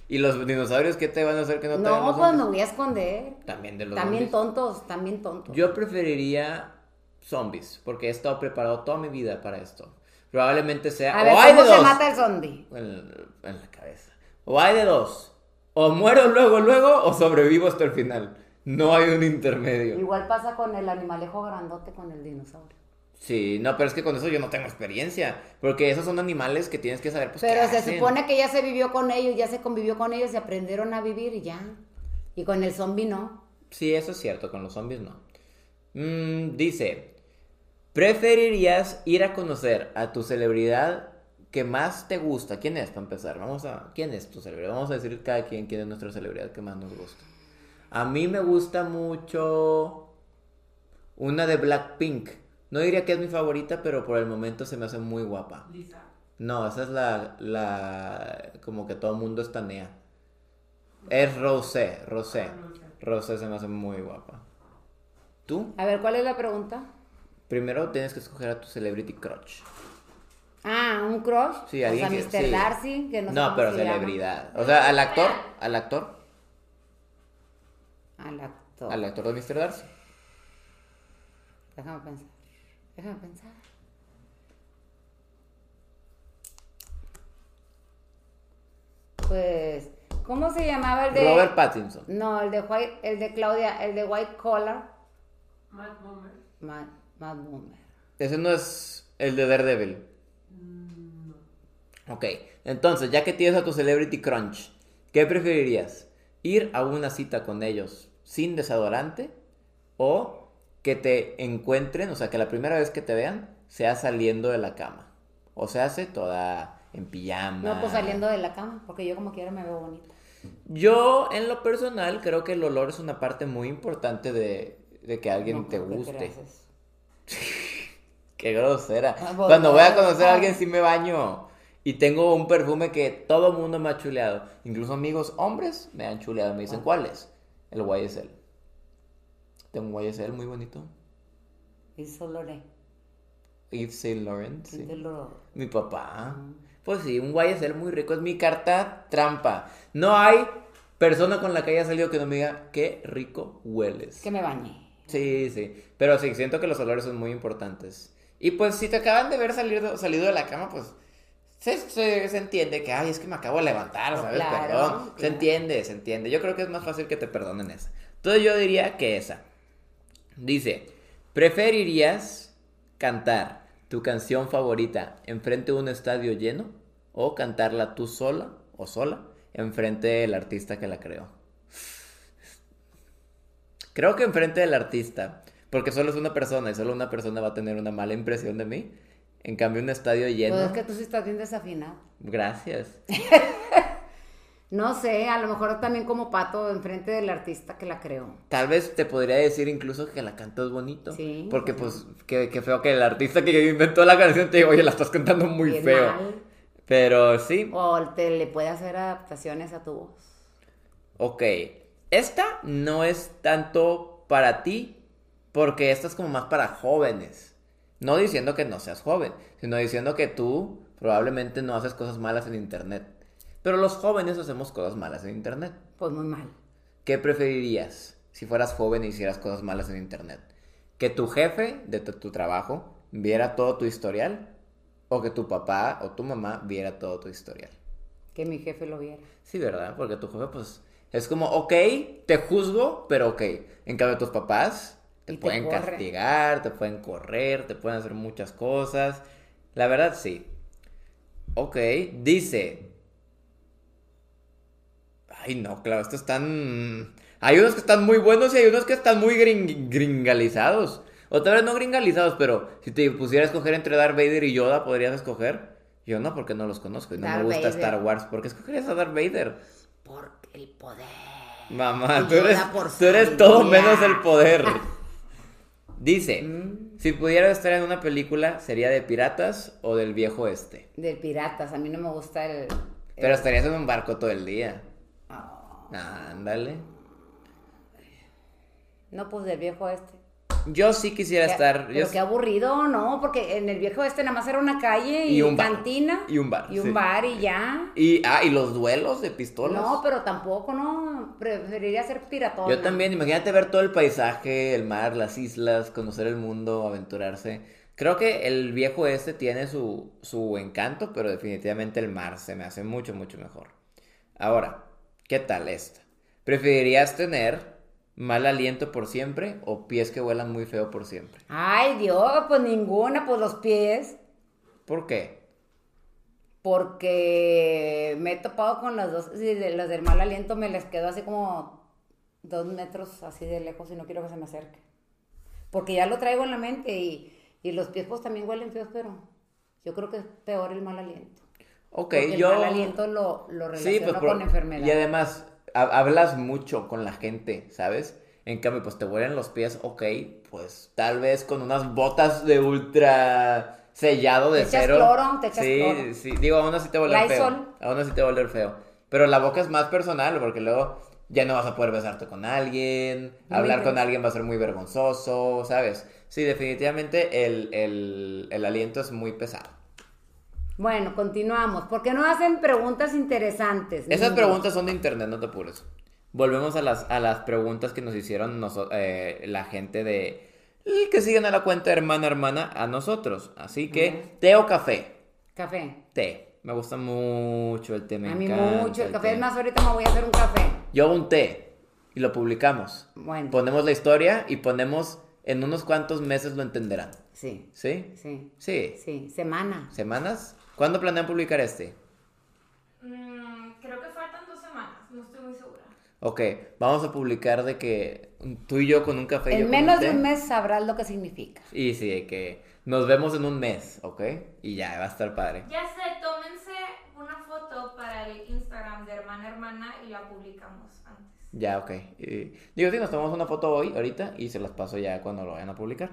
¿Y los dinosaurios qué te van a hacer que no,
No,
te hagan los
pues
zombies?
me voy a esconder.
También de los
También
zombies.
tontos, también tontos.
Yo preferiría zombies porque he estado preparado toda mi vida para esto. Probablemente sea.
A ver,
o hay de
¿cómo se
dos.
mata el zombie?
En, en la cabeza. O hay de dos. O muero luego, luego, o sobrevivo hasta el final. No hay un intermedio.
Igual pasa con el animalejo grandote, con el dinosaurio.
Sí, no, pero es que con eso yo no tengo experiencia. Porque esos son animales que tienes que saber. Pues,
Pero
qué
se
hacen.
supone que ya se vivió con ellos, ya se convivió con ellos, se aprendieron a vivir y ya. Y con el zombie no.
Sí, eso es cierto, con los zombies no. Mm, dice, ¿preferirías ir a conocer a tu celebridad que más te gusta? ¿Quién es, para empezar? Vamos a, ¿quién es tu celebridad? Vamos a decir cada quien quién es nuestra celebridad que más nos gusta. A mí me gusta mucho una de Blackpink. No diría que es mi favorita, pero por el momento se me hace muy guapa.
Lisa.
No, esa es la, la como que todo el mundo estanea. Es Rosé, Rosé.
Ah,
Rosé se me hace muy guapa. ¿Tú?
A ver, ¿cuál es la pregunta?
Primero tienes que escoger a tu celebrity crush.
Ah, un crush.
Sí,
o sea,
alguien que-
Mr.
sí.
Darcy, que no, sé
No,
cómo
pero
se llama. Ah.
celebridad. O sea, al actor, al actor,
Al actor.
al actor de Mr. Darcy.
Déjame pensar. Déjame pensar. Pues, ¿cómo se llamaba el de.
Robert Pattinson.
No, el de White, el de Claudia, el de White Collar.
Matt Bomer.
Mad, Mad Boomer.
Ese no es el de Daredevil.
Mm,
Ok, entonces, ya que tienes a tu Celebrity Crunch, ¿qué preferirías? ¿Ir a una cita con ellos sin desodorante o que te encuentren, o sea, que la primera vez que te vean sea saliendo de la cama? O sea, hace toda en pijama.
No, pues saliendo de la cama, porque yo como quiera me veo bonita.
Yo, en lo personal, creo que el olor es una parte muy importante de, de que alguien
No,
te
¿por qué
guste.
crees eso?
Qué grosera.
Ah, bueno,
Cuando voy a conocer a
ah.
alguien sí me baño. Y tengo un perfume que todo el mundo me ha chuleado. Incluso amigos hombres me han chuleado. Me dicen, ¿cuál es? El YSL. Tengo un YSL muy bonito.
Y solo le.
Yves Saint Laurent, sí.
te lo-
Mi papá. Pues sí, un YSL muy rico. Es mi carta trampa. No hay persona con la que haya salido que no me diga, qué rico hueles.
Que me bañé.
Sí, sí. Pero sí, siento que los olores son muy importantes. Y pues si te acaban de ver salir de- salido de la cama, pues se, se- se entiende que, ay, es que me acabo de levantar, ¿sabes?
Oh, Claro,
Perdón. Se
claro.
entiende, se entiende. Yo creo que es más fácil que te perdonen esa. Entonces yo diría que esa. Dice, ¿preferirías cantar tu canción favorita enfrente de un estadio lleno o cantarla tú sola o sola enfrente del artista que la creó? Creo que enfrente del artista, porque solo es una persona y solo una persona va a tener una mala impresión de mí. En cambio, un estadio lleno.
Pues es que tú sí estás bien desafinado.
Gracias.
No sé, a lo mejor también como pato enfrente del artista que la creó.
Tal vez te podría decir incluso que la cantas bonito.
Sí.
Porque, pues, qué, qué feo que el artista que inventó la canción te diga, oye, la estás cantando muy
Bien
feo.
mal.
Pero sí,
O te le puede hacer adaptaciones a tu voz.
ok. Esta no es tanto para ti, porque esta es como más para jóvenes. No diciendo que no seas joven, sino diciendo que tú probablemente no haces cosas malas en internet. Pero los jóvenes hacemos cosas malas en internet.
Pues muy mal.
¿Qué preferirías si fueras joven e hicieras cosas malas en internet? ¿Que tu jefe de tu, tu trabajo viera todo tu historial? ¿O que tu papá o tu mamá viera todo tu historial?
Que mi jefe lo viera.
Sí, ¿verdad? Porque tu jefe, pues, es como, ok, te juzgo, pero ok. En cambio, tus papás te
Y te
pueden
corren.
castigar, te pueden correr, te pueden hacer muchas cosas. La verdad, sí. Ok, dice. Ay, no, claro, estos están. mm, Hay unos que están muy buenos y hay unos que están muy gring- gringalizados. O tal vez no gringalizados, pero si te pusiera a escoger entre Darth Vader y Yoda, ¿podrías escoger? Yo no, porque no los conozco y no me
Darth
gusta
Vader.
Star Wars. ¿Por qué escogerías a Darth Vader?
Por el poder.
Mamá,
Y
tú
Yoda
eres,
por
tú eres todo
sabiduría.
menos el poder. Dice,
Mm.
si pudieras estar en una película, ¿sería de piratas o del viejo este?
De piratas. A mí no me gusta el.
Pero
Eh.
estarías en un barco todo el día.
Ah.
Ándale.
No, pues del viejo este.
Yo sí quisiera
Qué-
estar... yo
Pero
sí-
qué aburrido, ¿no? Porque en el viejo este nada más era una calle y,
Y un bar.
cantina.
Y un bar,
Y un
sí.
bar y ya.
y, ah, y los duelos de pistolas.
No, pero tampoco, no. Preferiría ser piratón.
Yo también, imagínate ver todo el paisaje, el mar, las islas, conocer el mundo, aventurarse. Creo que el viejo este tiene su, su encanto, pero definitivamente el mar se me hace mucho, mucho mejor. Ahora, ¿qué tal esta? ¿Preferirías tener mal aliento por siempre o pies que vuelan muy feo por siempre?
Ay, Dios, pues ninguna, pues los pies.
¿Por qué?
Porque me he topado con los dos. Si de, los del mal aliento me les quedo así como dos metros así de lejos y no quiero que se me acerque. Porque ya lo traigo en la mente y, y los pies pues también huelen feos, pero yo creo que es peor el mal aliento.
Ok,
Porque
yo...
El mal aliento lo, lo relaciono
pues, pero-
con enfermedad.
Y además, ha- hablas mucho con la gente, ¿sabes? En cambio, pues te huelen los pies, ok, pues tal vez con unas botas de ultra sellado de
Te echas
cero.
cloro, te echas
sí,
cloro.
sí, digo, aún así te va a oler feo.
Lysol.
Aún así te va a oler feo. Pero la boca es más personal porque luego ya no vas a poder besarte con alguien,
Muy
hablar con
bien.
alguien va a ser muy vergonzoso, ¿sabes? Sí, definitivamente el, el, el aliento es muy pesado.
Bueno, continuamos. Porque no hacen preguntas interesantes.
Esas
niños?
preguntas son de internet, no te apures. Volvemos a las, a las preguntas que nos hicieron noso- eh, la gente de... y Que siguen a la cuenta hermana hermana a nosotros. Así que, té o café.
Café.
Té. Me gusta mucho el té. Me
a mí
encanta
mucho el café.
té.
Es más, ahorita me voy a hacer un café.
Yo hago un té y lo publicamos.
Bueno,
Ponemos la historia y ponemos... En unos cuantos meses lo entenderán.
sí,
¿Sí?
sí,
Sí.
sí. Semana.
¿Semanas? ¿Cuándo planean publicar este?
Mm, creo que faltan dos semanas, no estoy muy segura.
Ok, vamos a publicar de que tú y yo con un café y yo
En
con un
menos de
té.
un mes sabrás lo que significa.
Y sí, de que nos vemos en un mes, ¿ok? Y ya, va a estar padre.
Ya sé, tómense una foto para el Instagram de hermana hermana y la publicamos antes.
Ya, ok. Y- digo, sí, nos tomamos una foto hoy, ahorita, y se las paso ya cuando lo vayan a publicar.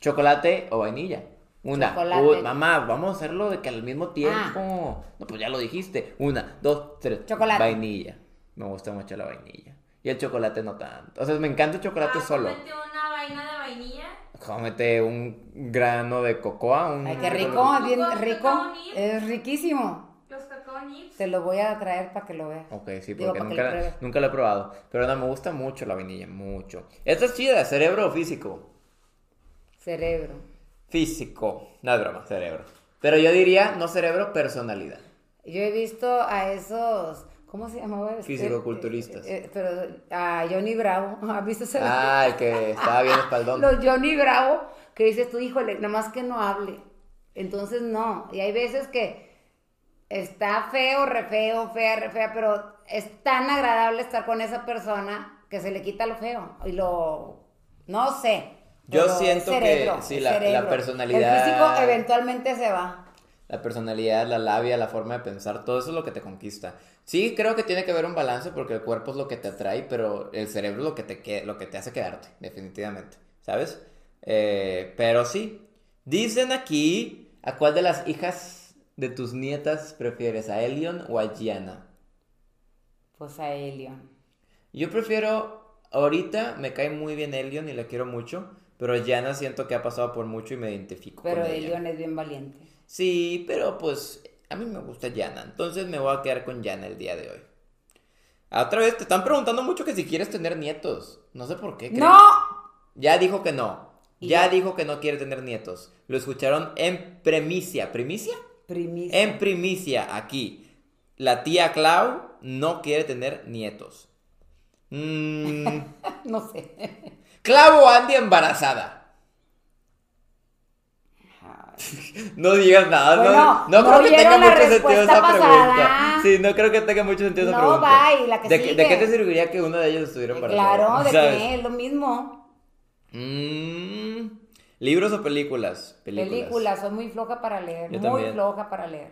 ¿Chocolate o vainilla? Una.
Chocolate. Ah.
Uy, mamá, vamos a hacerlo de que al mismo tiempo. No, pues ya lo dijiste. Una, dos, tres.
Chocolate.
Vainilla. Me gusta mucho la vainilla. Y el chocolate no tanto. O sea, me encanta el chocolate
Ah,
solo.
cómete una vaina de vainilla.
Cómete un grano de cocoa. Un
Ay, qué
Ah,
rico, bien
¿cómo te
rico.
acabo de unir?
Es riquísimo.
Los cacao nibs.
Te lo voy a traer para que lo veas.
Ok, sí,
Digo,
porque
para que
nunca,
lo pruebe.
nunca lo he probado. Pero no, me gusta mucho la vainilla, mucho. Esta es chida, cerebro o físico.
Cerebro.
Físico, no es broma, cerebro. Pero yo diría, no cerebro, personalidad.
Yo he visto a esos. ¿Cómo se llamaba? este?
Fisicoculturistas.
Eh, eh, pero a Johnny Bravo. ¿Has visto ese?
Ah, el que estaba bien espaldón.
Los Johnny Bravo, que dices tú, híjole, nada más que no hable. Entonces, no. Y hay veces que está feo, re feo, fea, re fea, pero es tan agradable estar con esa persona que se le quita lo feo. Y lo. No sé.
Yo
pero es
siento que sí,
es
la- la
cerebro.
personalidad-
El físico eventualmente se va.
La personalidad, la labia, la forma de pensar, todo eso es lo que te conquista. Sí, creo que tiene que haber un balance porque el cuerpo es lo que te atrae, pero el cerebro es lo que te, que- lo que te hace quedarte, definitivamente, ¿sabes? Eh, pero sí, dicen aquí, ¿a cuál de las hijas de tus nietas prefieres, a Elion o a Gianna?
Pues a Elion.
Yo prefiero, ahorita me cae muy bien Elion y la quiero mucho, pero Gianna siento que ha pasado por mucho y me identifico
Pero
con ella.
Elion es bien valiente.
Sí, pero pues a mí me gusta Yana, entonces me voy a quedar con Yana el día de hoy. Ah, Otra vez te están preguntando mucho que si quieres tener nietos. No sé por qué. creo.
¡No!
Ya dijo que no.
Y
Ya
ya.
dijo que no quiere tener nietos. Lo escucharon en primicia. ¿Primicia?
Primicia.
En primicia, aquí. La tía Clau no quiere tener nietos. Mm,
No
Em,
sé.
Clau o Andy embarazada. No digas nada.
Bueno,
no, no creo
no
que tenga
oyeron la
mucho sentido esa
respuesta
pregunta.
pasada.
Sí, no creo que tenga mucho sentido esa
No,
pregunta.
bye, la que
¿De, qué- ¿De qué
sigue.
te serviría que uno de ellos estuviera embarazado?
Claro, de
¿Sabes?
qué, es lo mismo.
Mm, ¿Libros o películas?
Películas. soy muy floja para leer,
Yo
muy
también.
floja para leer.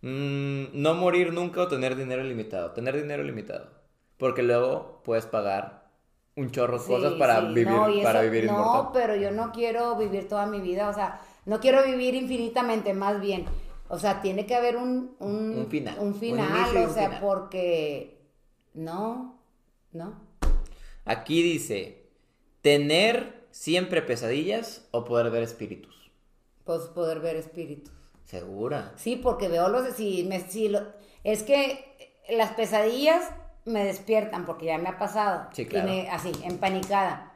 Mm, no morir nunca o tener dinero ilimitado. Tener dinero ilimitado. Porque luego puedes pagar un chorro de
Sí,
cosas para
sí,
vivir,
no, y
para
eso-
vivir
no,
inmortal.
pero yo no quiero vivir toda mi vida, o sea, no quiero vivir infinitamente, más bien. O sea, tiene que haber un, un,
Un final,
un
un
final,
inicio y
o
un
sea,
final.
porque no, no.
Aquí dice, tener siempre pesadillas o poder ver espíritus.
Pues poder ver espíritus.
Segura.
Sí, porque veo los. Si me, si lo- es que las pesadillas me despiertan, porque ya me ha pasado.
Sí,
Y
claro.
me- así, empanicada.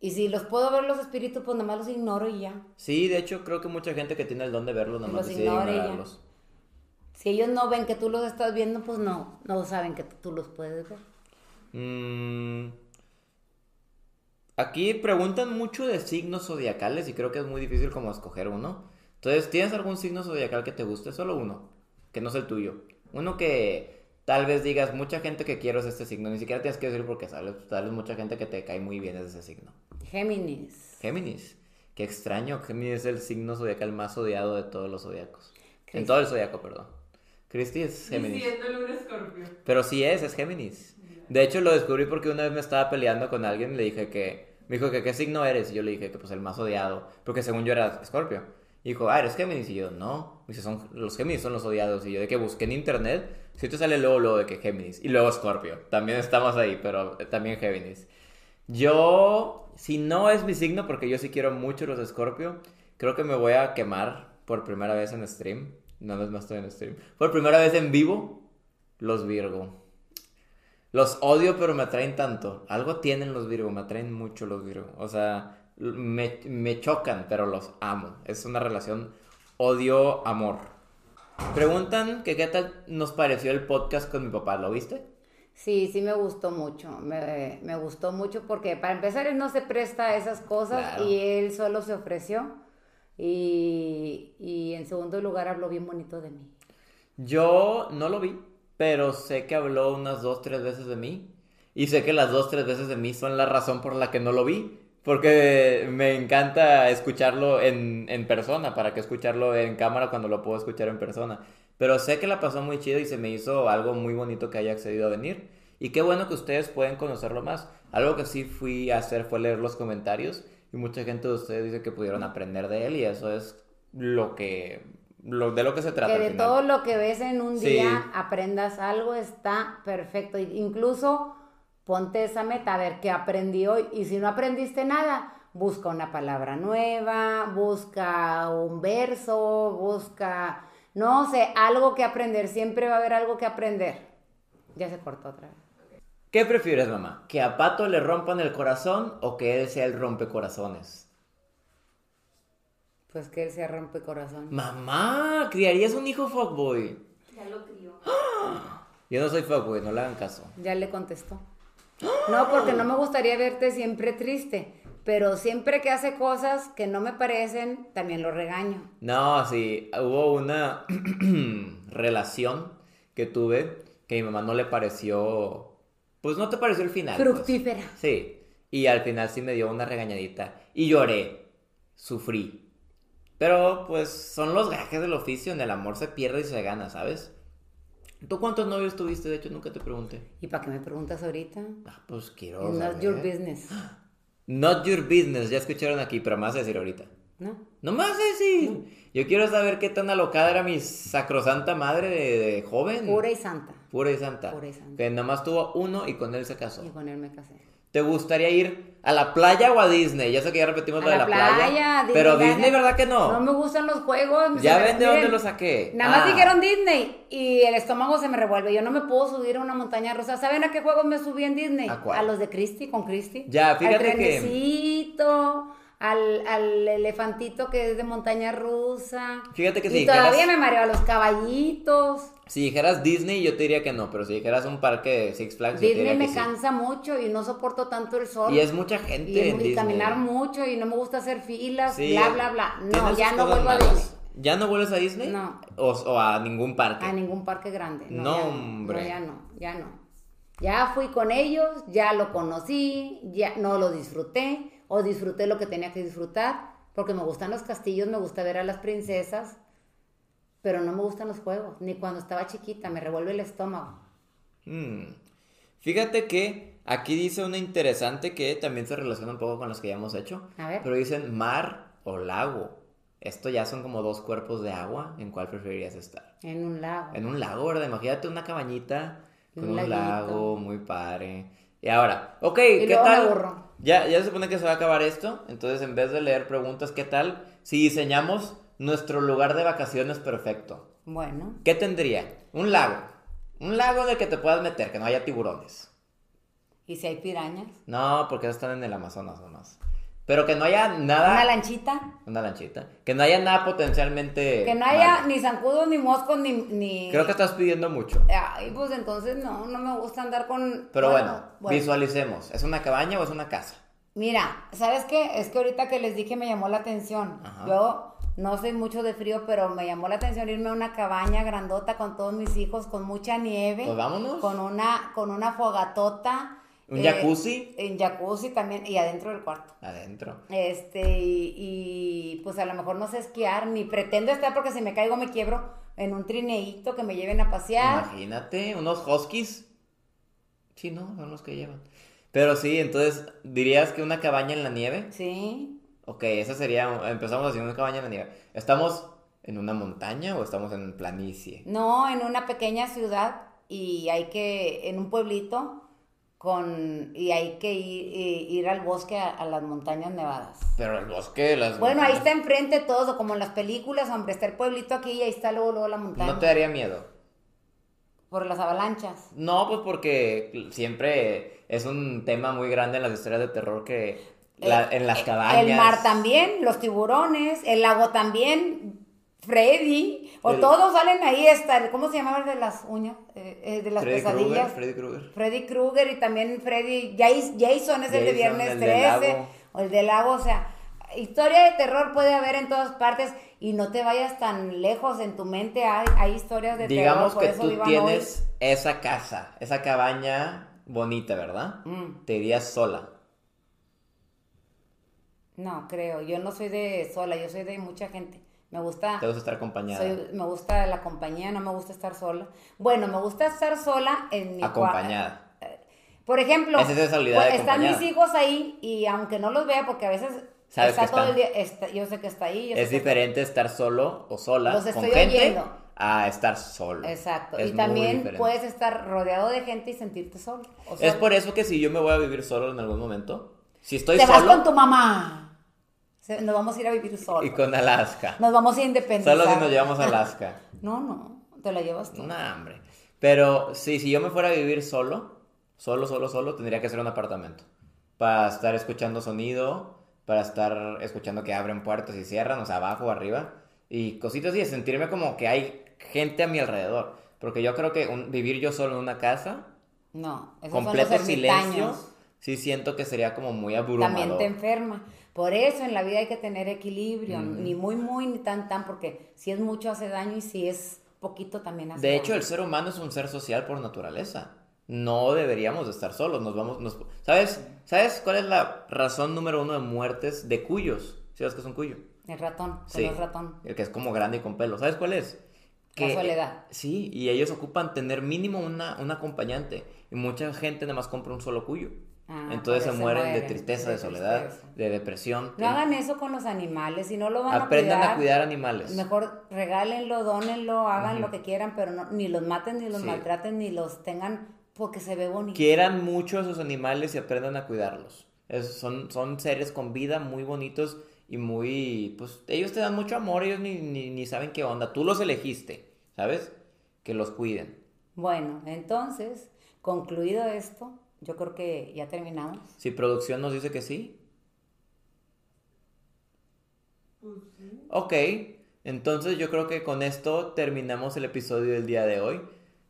Y si los puedo ver los espíritus, pues nada más los ignoro y ya.
Sí, de hecho, creo que mucha gente que tiene el don de verlos nada más
Los
decide
ignora y ya.
ignorarlos.
Si ellos no ven que tú los estás viendo, pues no, no saben que tú los puedes ver.
Mm, Aquí preguntan mucho de signos zodiacales y creo que es muy difícil como escoger uno. Entonces, ¿tienes algún signo zodiacal que te guste? Solo uno, que no es el tuyo. Uno que tal vez digas, mucha gente que quiero es este signo. Ni siquiera tienes que decir porque sabes, tal vez mucha gente que te cae muy bien es ese signo.
Géminis.
Géminis. Qué extraño, Géminis es el signo zodiacal más odiado de todos los zodiacos. En
Cristi.
todo el zodiaco, perdón. Cristi es Géminis.
Diciéndole un escorpio.
Pero sí es, es Géminis. De hecho, lo descubrí porque una vez me estaba peleando con alguien y le dije que. Me dijo que qué signo eres. Y yo le dije que pues el más odiado. Porque según yo era Escorpio. Y dijo, ah, eres Géminis. Y yo, no. Me dice, son, los Géminis son los odiados. Y yo, de que busqué en internet. Si te sale luego, luego de que Géminis. Y luego Escorpio. También estamos ahí, pero eh, también Géminis. Yo, si no es mi signo, porque yo sí quiero mucho los Escorpio, creo que me voy a quemar por primera vez en stream. No, no, no estoy en stream. Por primera vez en vivo, los Virgo. Los odio, pero me atraen tanto. Algo tienen los Virgo, me atraen mucho los Virgo. O sea, l- me, me chocan, pero los amo. Es una relación odio-amor. Preguntan que qué tal nos pareció el podcast con mi papá, ¿lo viste?
Sí, sí me gustó mucho. Me, me gustó mucho porque para empezar él no se presta a esas cosas
Claro.
y él solo se ofreció. Y, y en segundo lugar habló bien bonito de mí.
Yo no lo vi, pero sé que habló unas dos, tres veces de mí. Y sé que las dos, tres veces de mí son la razón por la que no lo vi. Porque me encanta escucharlo en, en persona, para que escucharlo en cámara cuando lo puedo escuchar en persona. Pero sé que la pasó muy chido y se me hizo algo muy bonito que haya accedido a venir. Y qué bueno que ustedes pueden conocerlo más. Algo que sí fui a hacer fue leer los comentarios y mucha gente de ustedes dice que pudieron aprender de él y eso es lo que, lo, de lo que se trata
Que
al
de
final.
todo lo que ves en un
Sí.
día aprendas algo está perfecto. Y- Incluso ponte esa meta, a ver qué aprendí hoy. Y si no aprendiste nada, busca una palabra nueva, busca un verso, busca, no sé, algo que aprender. Siempre va a haber algo que aprender. Ya se cortó otra vez.
¿Qué prefieres, mamá? ¿Que a Pato le rompan el corazón o que él sea el rompecorazones?
Pues que él se rompe corazón.
Mamá, ¿criarías un hijo fuckboy?
Ya lo crió.
Yo no soy fuckboy, no le hagan caso.
Ya le contestó. No, porque no me gustaría verte siempre triste. Pero siempre que hace cosas que no me parecen, también lo regaño.
No, sí, hubo una relación que tuve que mi mamá no le pareció... Pues no te pareció el final. pues.
Fructífera.
Sí, y al final sí me dio una regañadita. Y lloré, sufrí. Pero pues son los gajes del oficio, en el amor se pierde y se gana, ¿sabes? ¿Tú cuántos novios tuviste? De hecho, nunca te pregunté.
¿Y para qué me preguntas ahorita?
Ah, pues quiero
It's not
saber.
your business,
Not your business, ya escucharon aquí, pero me vas a decir ahorita.
¿no?
No me vas a
Mm.
decir. Yo quiero saber qué tan alocada era mi sacrosanta madre de, de joven.
Pura y santa.
Pura y santa.
Pura y santa.
Que nomás tuvo uno y con él se casó.
Y con él me casé.
¿Te gustaría ir a la playa o a Disney? Ya sé que ya repetimos lo de la playa.
Disney,
pero
Disney,
Disney, ¿verdad que no?
No me gustan los juegos.
Ya
se me-
ven de dónde
miren,
lo saqué.
Nada más
Ah,
dijeron Disney y el estómago se me revuelve. Yo no me puedo subir a una montaña rusa. ¿Saben a qué juegos me subí en Disney?
¿A cuál?
los de Christie, con Christie.
Ya, fíjate
al
que-
trenecito, al, al elefantito que es de montaña rusa.
Fíjate que
y
si dijeras-
todavía me mareo a los caballitos.
Si dijeras Disney, yo te diría que no. Pero si dijeras un parque de Six Flags, yo te
Disney
diría
me
que Ah, sí.
cansa mucho y no soporto tanto el sol.
Y es mucha gente
y,
en Disney.
y caminar mucho y no me gusta hacer filas,
Sí,
bla, bla, bla.
tiene
No,
sus
ya no
cosas
vuelvo a
malas.
Disney.
¿Ya no vuelves a Disney?
No.
O, o a ningún parque.
A ningún parque grande. No,
No,
ya
hombre.
No, ya no, ya no. Ya fui con ellos, ya lo conocí, ya no lo disfruté o disfruté lo que tenía que disfrutar porque me gustan los castillos, me gusta ver a las princesas, pero no me gustan los juegos, ni cuando estaba chiquita, me revuelve el estómago.
Mm. Fíjate que aquí dice una interesante que también se relaciona un poco con las que ya hemos hecho.
A ver.
Pero dicen mar o lago. Esto ya son como dos cuerpos de agua. ¿En cuál preferirías estar?
En un lago.
En un lago, ¿verdad? Imagínate una cabañita con
Un
un
laguito.
lago muy padre. Y ahora, ok, ¿qué
luego me
tal?
aburro.
Ya, ya se supone que se va a acabar esto. Entonces, en vez de leer preguntas, ¿qué tal si diseñamos nuestro lugar de vacaciones perfecto?
Bueno,
¿Qué tendría? Un lago. Un lago en el que te puedas meter, que no haya tiburones.
¿y si hay pirañas?
No, porque esos están en el Amazonas nomás. Pero que no haya nada.
Una lanchita.
Una lanchita. Que no haya nada potencialmente.
Que no haya
malo.
ni zancudos, ni moscos, ni... ni...
Creo que estás pidiendo mucho.
Ay, pues entonces no, no me gusta andar con...
Pero bueno, visualicemos. ¿Es una cabaña o es una casa?
Mira, ¿sabes qué? Es que ahorita que les dije me llamó la atención.
Ajá.
Yo no soy mucho de frío, pero me llamó la atención irme a una cabaña grandota con todos mis hijos, con mucha nieve.
Pues vámonos.
Con eh, una, con una fogatota.
¿Un jacuzzi?
En jacuzzi también, y adentro del cuarto.
Adentro.
Este, y, y, pues a lo mejor no sé esquiar, ni pretendo estar porque si me caigo me quiebro en un trineíto que me lleven a pasear.
Imagínate, unos huskies. Sí, no, son los que llevan. Pero sí, entonces, ¿dirías que una cabaña en la nieve?
Sí.
Ok, esa sería. Empezamos haciendo una cabaña en la nieve. ¿Estamos en una montaña o estamos en planicie?
No, en una pequeña ciudad y hay que, en un pueblito, con, y hay que ir, i- ir al bosque a, a las montañas nevadas.
Pero el bosque, las.
Bueno, ahí
montañas-
está enfrente todo, como en las películas, hombre, está el pueblito aquí y ahí está luego, luego la montaña.
No te daría miedo.
Por las avalanchas.
No, pues porque siempre es un tema muy grande en las historias de terror que la- en las cabañas.
Eh, El mar también, los tiburones, el lago también, Freddy, o
El-
todos salen ahí, está, ¿cómo se llamaba el de las uñas? Eh, eh, de las
Freddy Krueger,
pesadillas.
Freddy Krueger.
Freddy Krueger y también Freddy Jais- Jason es el de
Jason,
Viernes
el del
13
lago.
o el del lago, o sea, historia de terror puede haber en todas partes y no te vayas tan lejos en tu mente hay, hay historias de
Digamos
terror,
que
por eso
tú
vivan
tienes esa casa, esa cabaña bonita, ¿verdad?
hoy. Mm,
Te irías sola.
no, creo, yo no soy de sola, yo soy de mucha gente. Me gusta
Te gusta estar acompañada.
soy- me gusta la compañía, no me gusta estar sola. Bueno, me gusta estar sola en mi cua-
acompañada.
Por ejemplo, pues,
Esa es esa soledad de
están
acompañada.
mis hijos ahí y aunque no los vea, porque a veces
Sabes
está
que
todo
están.
el día, está- yo sé que está ahí. yo sé
Es
que está-
diferente estar solo o sola
Los
con
estoy
gente
oyendo.
a estar solo.
Exacto.
Es
y
muy
también
diferente.
puedes estar rodeado de gente y sentirte solo. O sea,
Es por eso que si yo me voy a vivir solo en algún momento, si estoy
te vas
solo
con tu mamá. Se- Nos vamos a ir a vivir solos.
y con Alaska.
Nos vamos a independizar.
Solo si nos llevamos a Alaska.
No, no. Te la llevas tú.
No, hambre. Pero sí, si yo me fuera a vivir solo, solo, solo, solo, tendría que ser un apartamento. Para estar escuchando sonido, para estar escuchando que abren puertas y cierran, o sea, abajo, arriba. Y cositas así, sentirme como que hay gente a mi alrededor. Porque yo creo que un- vivir yo solo en una casa,
No. Esos son
completo
los
silencio,
ermitaños.
sí siento que sería como muy
También
abrumador.
te enferma. Por eso en la vida hay que tener equilibrio.
Mm.
Ni muy, muy, ni tan, tan. Porque si es mucho hace daño y si es poquito también hace
De
daño.
hecho, el ser humano es un ser social por naturaleza. No deberíamos de estar solos. Nos vamos, nos- ¿Sabes? ¿Sabes cuál es la razón número uno de muertes de cuyos? ¿Sabes que es un cuyo?
El ratón. con
Sí.
los ratón.
El que es como grande y con pelo. ¿Sabes cuál es? eh,
La soledad.
Sí, y ellos ocupan tener mínimo una, un acompañante. Y mucha gente nada más compra un solo cuyo.
Ah,
Entonces se
pero
mueren, de tristeza, de, soledad,
tristeza.
de depresión. Em,
No hagan eso con los animales, si no lo van
Aprendan
a cuidar.
a cuidar animales.
Mejor regálenlo, dónenlo, hagan
Ujú.
lo que quieran, pero no, ni los maten, ni los
Sí.
maltraten, ni los tengan porque se ve bonito.
quieran mucho a sus animales y aprendan a cuidarlos. Es- son, son seres con vida muy bonitos y muy... Pues ellos te dan mucho amor, ellos ni, ni, ni saben qué onda. Tú los elegiste, ¿sabes? Que los cuiden.
Bueno, entonces, concluido esto, yo creo que ya terminamos.
Si producción nos dice que sí,
Pues sí.
ok. Entonces yo creo que con esto terminamos el episodio del día de hoy.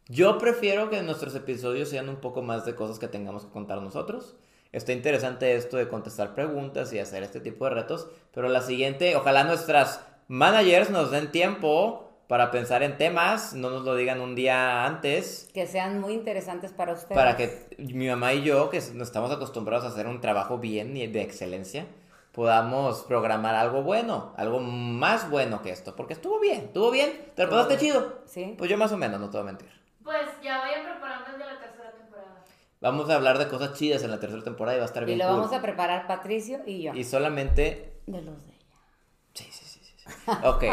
Yo prefiero que nuestros episodios sean un poco más de cosas que tengamos que contar nosotros. Está interesante esto de contestar preguntas y hacer este tipo de retos, pero la siguiente, ojalá nuestras managers nos den tiempo para pensar en temas, no nos lo digan un día antes,
Que sean muy interesantes para ustedes.
para que mi mamá y yo, que nos estamos acostumbrados a hacer un trabajo bien y de excelencia, podamos programar algo bueno, algo más bueno que esto, porque estuvo bien, estuvo bien, te
Estuvo
lo pasaste
bien.
chido.
Sí.
Pues yo más o menos, no te voy a mentir.
Pues ya vayan preparando el de la tercera temporada.
Vamos a hablar de cosas chidas en la tercera temporada y va a estar
Y
bien.
lo
cool.
vamos a preparar Patricio y yo.
Y solamente...
De los de ella.
Sí, sí, sí, sí, sí. Ok.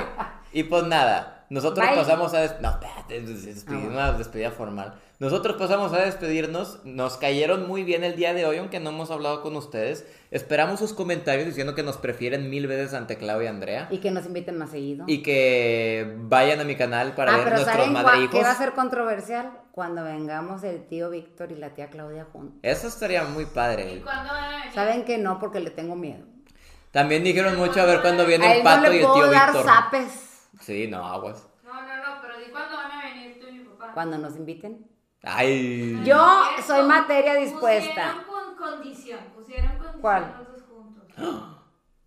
y pues nada, nosotros
Bye.
pasamos a... des- No, espérate, des- despedida,
Ah.
una despedida formal. Nosotros pasamos a despedirnos. Nos cayeron muy bien el día de hoy, aunque no hemos hablado con ustedes. Esperamos sus comentarios diciendo que nos prefieren mil veces ante Clau y Andrea.
Y que nos inviten más seguido.
Y que vayan a mi canal para
ah,
ver
pero
nuestros
¿saben cua- qué
madrijos.
va a ser controversial? Cuando vengamos el tío Víctor y la tía Claudia juntos.
Eso estaría muy
¿Y
padre.
cuándo van a venir?
Saben que no porque le tengo miedo.
También dijeron mucho a ver cuándo
A
viene el
él no
pato y
le
el
puedo
tío
dar
Víctor.
zapes
Sí, no, aguas.
No, no, no, pero di cuándo van a venir tú y mi papá.
cuando nos inviten.
Ay.
Yo
Eso.
soy materia dispuesta.
Pusieron con condición, pusieron condición
¿Cuál?
los dos juntos.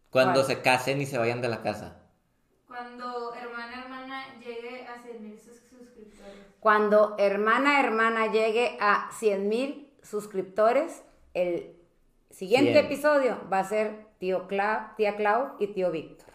Cuando
¿Cuál?
se casen y se vayan de la casa.
Cuando hermana, hermana llegue a 100.000 sus suscriptores.
Cuando hermana, hermana llegue a 100 mil suscriptores, el siguiente
Cien.
episodio va a ser tío Clau, tía Clau y tío Víctor.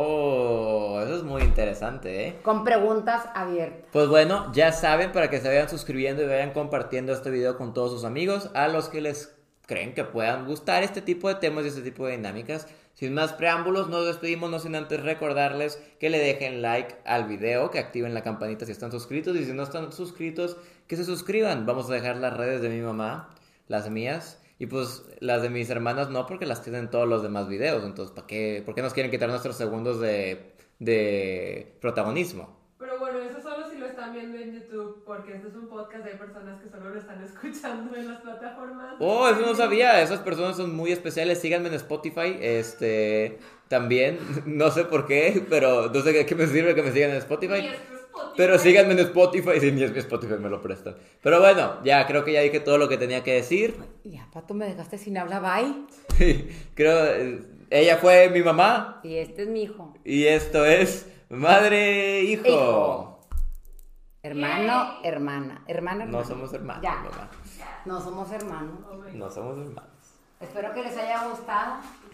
Oh, eso es muy interesante, ¿eh?
Con preguntas abiertas.
Pues bueno, ya saben, para que se vayan suscribiendo y vayan compartiendo este video con todos sus amigos, a los que les creen que puedan gustar este tipo de temas y este tipo de dinámicas. Sin más preámbulos, nos despedimos, no sin antes recordarles que le dejen like al video, que activen la campanita si están suscritos y si no están suscritos, que se suscriban. Vamos a dejar las redes de mi mamá, las mías. Y pues las de mis hermanas no, porque las tienen todos los demás videos. Entonces, ¿para qué? ¿Por qué nos quieren quitar nuestros segundos de, de protagonismo?
Pero bueno, eso solo si lo están viendo en YouTube, porque este es un podcast, hay personas que solo lo están escuchando en las plataformas.
Oh, eso no sabía. Esas personas son muy especiales. Síganme en Spotify. Este. También. No sé por qué, pero no sé qué- qué me sirve que me sigan en
Y
Spotify.
esto es Spotify.
Pero síganme en Spotify. Si ni es mi Spotify me lo prestan. Pero bueno, ya creo que ya dije todo lo que tenía que decir.
Ya, Pato, me dejaste sin habla, bye.
creo. eh, Ella fue mi mamá.
Y este es mi hijo.
Y esto es. Madre, hijo.
Hijo. Hermano,
Yay.
hermana. Hermana, hermana.
No somos hermanos,
Ya.
mamá.
No somos hermanos.
Oh my God.
No somos hermanos.
Espero que les haya gustado.